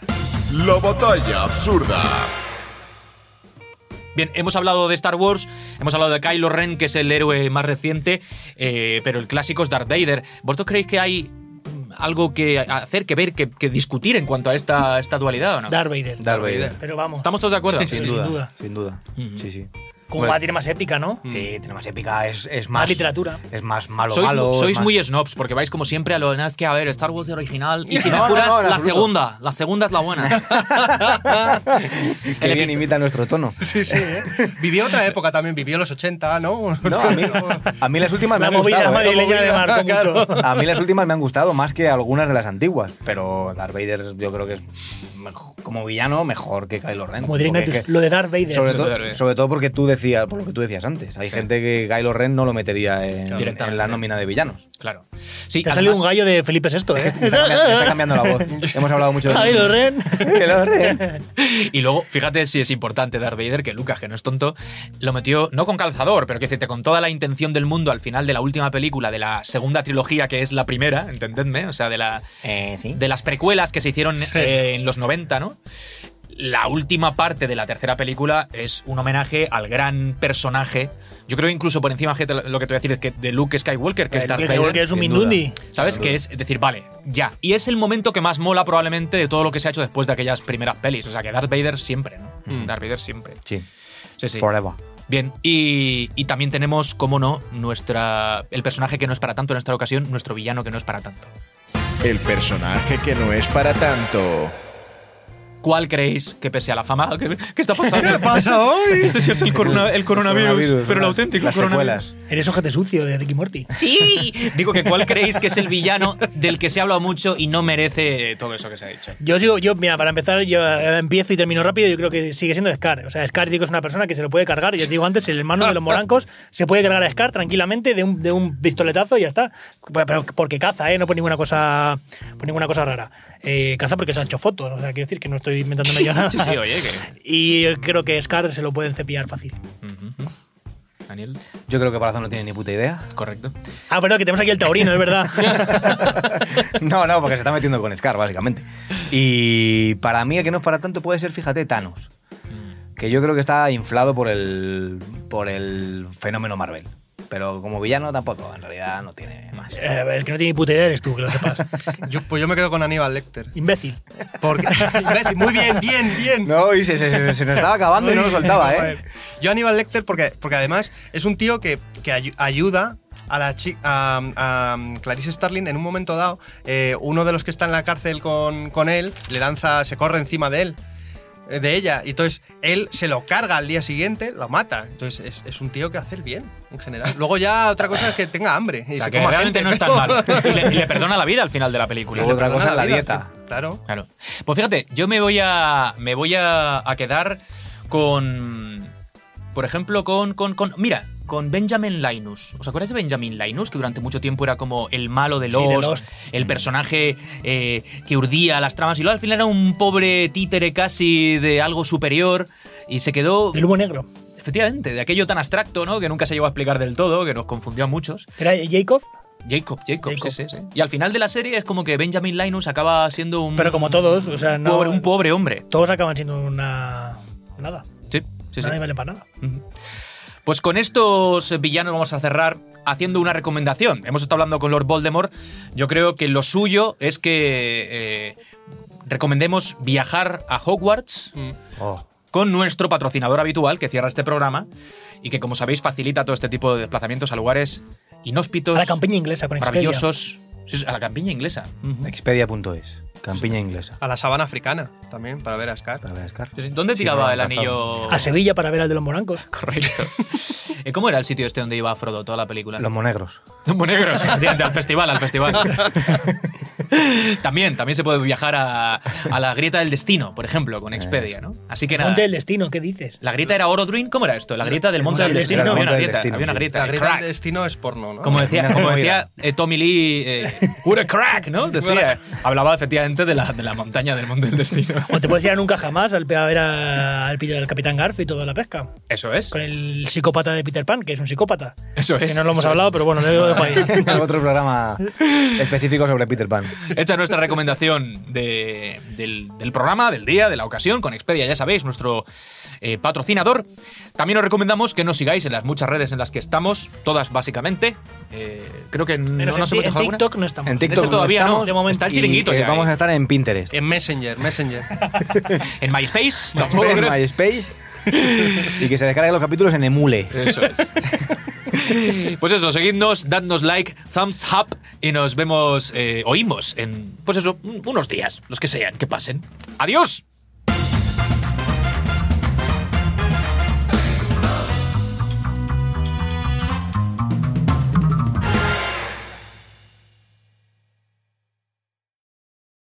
La batalla absurda.
Bien, hemos hablado de Star Wars, hemos hablado de Kylo Ren, que es el héroe más reciente, eh, pero el clásico es Darth Vader. ¿Vosotros creéis que hay mm, algo que hacer, que ver, que, que discutir en cuanto a esta, esta dualidad o no?
Darth Vader.
Darth Vader.
Pero vamos,
Ah. ¿Estamos todos de acuerdo?
Sin,
Sí, sin
duda,
duda. Mm-hmm.
sin duda. Sí, sí.
como va, tiene más épica, ¿no?
Sí, tiene más épica, es, es más.
Más literatura.
Es más malo,
Sois,
malo. es
sois
más-
muy snobs, porque vais como siempre a lo de "Es que a ver, Star Wars original. Y si me
No, no,
curas,
no, en
la
absoluto.
segunda. La segunda es la buena.
Que
El
bien
episo-
imita nuestro tono.
Vivió otra época también, vivió los 80, ¿no?
¿eh? No, a mí, a mí las últimas me
La
han
movida
gustado. ¿eh?
madrileña de Marco mucho.
A mí las últimas me han gustado más que algunas de las antiguas, pero Darth Vader yo creo que es mejo- como villano mejor que Kylo Ren.
Como diría
Porque es
Ignatius,
que-
lo de Darth Vader.
sobre,
Darth
todo,
Vader.
sobre todo porque tú decías, por lo que tú decías antes, hay gente que Kylo Ren no lo metería en,
Directamente.
en la nómina de villanos.
claro. Sí,
Te ha salido un
además-
gallo de Felipe VI,
Es
¿eh?
que me está, cambiando, me está cambiando la voz. Hemos hablado mucho de
Kylo Ren.
Kylo Ren.
Y luego, fíjate si es importante Darth Vader, que Lucas, que no es tonto, lo metió no con calzador, pero que decirte, con toda la intención del mundo al final de la última película, de la segunda trilogía, que es la primera, entendedme, o sea, de, la,
Eh, sí.
de las precuelas que se hicieron eh, en los 90, ¿no? La última parte de la tercera película es un homenaje al gran personaje. Yo creo que incluso por encima gente, lo que te voy a decir es que de Luke Skywalker, que es Darth
Que
Vader.
que es un
sin
Mindundi.
¿Sabes? Que es decir, vale, ya. Y es el momento que más mola probablemente de todo lo que se ha hecho después de aquellas primeras pelis. O sea, que Darth Vader siempre, ¿no?
Hmm.
Darth Vader siempre.
Sí,
Sí, sí.
forever.
Bien, y, y también tenemos, como no, nuestra el personaje que no es para tanto en esta ocasión, nuestro villano que no es para tanto.
El personaje que no es para tanto.
¿Cuál creéis que pese a la fama... ¿Qué, qué está pasando?
¿Qué pasa hoy?
Este sí es el, corona- el coronavirus, pero el
las-
auténtico
las
coronavirus.
secuelas.
Eres ojete sucio de Ricky Morty.
Sí, digo que cuál creéis que es el villano del que se ha hablado mucho y no merece todo eso que se ha dicho.
Yo sigo, yo, mira, para empezar, yo eh, empiezo y termino rápido. Yo creo que sigue siendo Scar. O sea, Scar, digo, es una persona que se lo puede cargar. Yo os digo antes, el hermano de los morancos se puede cargar a Scar tranquilamente de un, de un pistoletazo y ya está. Pero- pero porque caza, ¿eh? No por ninguna cosa, por ninguna cosa rara. Eh, caza porque se han hecho fotos. O sea, quiero decir que no estoy inventándome yo nada.
Sí, sí, oye, que...
Y yo creo que Scar se lo pueden cepillar fácil.
Daniel,
Yo creo que Palazzo no tiene ni puta idea.
correcto.
Ah, perdón, que tenemos aquí el taurino, es verdad.
No, no, porque se está metiendo con Scar, básicamente. Y para mí, el que no es para tanto puede ser, fíjate, Thanos.
Mm.
Que yo creo que está inflado por el, por el fenómeno Marvel. Pero como villano tampoco, en realidad no tiene más.
Eh, es que no tiene ni puta idea, eres tú, que lo sepas.
Yo- pues yo me quedo con Aníbal Lecter.
Imbécil.
Porque, imbécil, muy bien, bien, bien.
No, y se, se- se nos estaba acabando y no lo soltaba, ¿eh?
Joder. Yo Aníbal Lecter porque, porque además es un tío que, que ayu- ayuda a la chi- a, a Clarice Starling en un momento dado. eh, uno de los que está en la cárcel con, con él le lanza, se corre encima de él, eh, de ella. Y entonces él se lo carga al día siguiente, lo mata. Entonces es, es un tío que hace el bien en general. Luego ya otra cosa es que tenga hambre. Y
O sea,
se
que
coma
realmente
gente,
no es tan
pero-
malo. Y le, y le perdona la vida al final de la
Le
película.
Luego otra
perdona
cosa es la
vida,
dieta.
Claro.
Claro. Pues fíjate, yo me voy a. Me voy a, a quedar con. Por ejemplo, con, con, con- Mira, con Benjamin Linus. ¿Os acordáis de Benjamin Linus? Que durante mucho tiempo era como el malo de
Sí, de
Lost.
Lost.
El personaje eh, que urdía las tramas. Y luego al final era un pobre títere casi de algo superior. Y se quedó.
El humo negro.
Efectivamente, de aquello tan abstracto, ¿no? Que nunca se llegó a explicar del todo, que nos confundió a muchos.
¿Era Jacob?
Jacob, Jacob,
Jacob.
Sí, sí, sí. Y al final de la serie es como que Benjamin Linus acaba siendo un.
Pero como todos, o sea, no-
pobre- un pobre hombre.
Todos acaban siendo una. Nada.
Sí, sí, sí.
Nadie vale para nada.
Pues con estos villanos vamos a cerrar haciendo una recomendación. Hemos estado hablando con Lord Voldemort. Yo creo que lo suyo es que eh, recomendemos viajar a Hogwarts
Mm.
Oh,
con nuestro patrocinador habitual que cierra este programa y que, como sabéis, facilita todo este tipo de desplazamientos a lugares inhóspitos,
A la campiña inglesa con Expedia.
maravillosos. Sí, sí, A la campiña inglesa. Ujú.
Expedia.es. Campiña inglesa.
A la sabana africana también, para ver a Scar.
Para ver, Scar.
¿Dónde
Sí,
tiraba
no,
el
cazado.
anillo?
A Sevilla para ver al de los morancos.
Correcto. Eh, ¿Cómo era el sitio este donde iba Frodo toda la película?
Los monegros.
Los Monegros, efectivamente, al festival, al festival. también, también se puede viajar a, a la grieta del destino, por ejemplo, con Expedia, ¿no? Así que nada.
Monte del destino, ¿qué dices?
La grieta era Orodruin, ¿cómo era esto? La grieta del monte del
del
destino,
Destino.
había una
Monte del
grieta,
Destino,
había una
sí.
grieta.
La
el
grieta
crack.
del destino es porno, ¿no?
Como decía, como
Una
decía eh, Tommy Lee, eh, what a crack, ¿no? Decía, hablaba efectivamente de la, de la montaña del monte del destino.
O te puedes ir a nunca jamás al pe- a ver a- al pillo del Capitán Garf y toda la pesca.
Eso es,
Con el psicópata de Peter Pan, que es un psicópata.
eso es.
Que no lo hemos
eso
hablado,
es.
pero bueno, lo dejo ahí.
Otro programa específico sobre Peter Pan.
Hecha nuestra recomendación de- del, del programa, del día, de la ocasión, con Expedia, ya sabéis, nuestro eh, patrocinador. También os recomendamos que nos sigáis en las muchas redes en las que estamos, todas básicamente. Eh, creo que no nos
Menos en,
hemos
ti- en
dejado alguna.
TikTok no estamos.
En
En
ese
TikTok
todavía
estamos,
no, de momento. Está el
y,
chiringuito
eh,
ya,
vamos
eh.
a estar en Pinterest.
En Messenger, Messenger.
En MySpace, tampoco
en
creo.
MySpace y que se descarguen los capítulos en Emule.
Eso es. Pues eso, seguidnos, dadnos like, thumbs up y nos vemos, eh, oímos en, pues eso, un- unos días, los que sean, que pasen. ¡Adiós!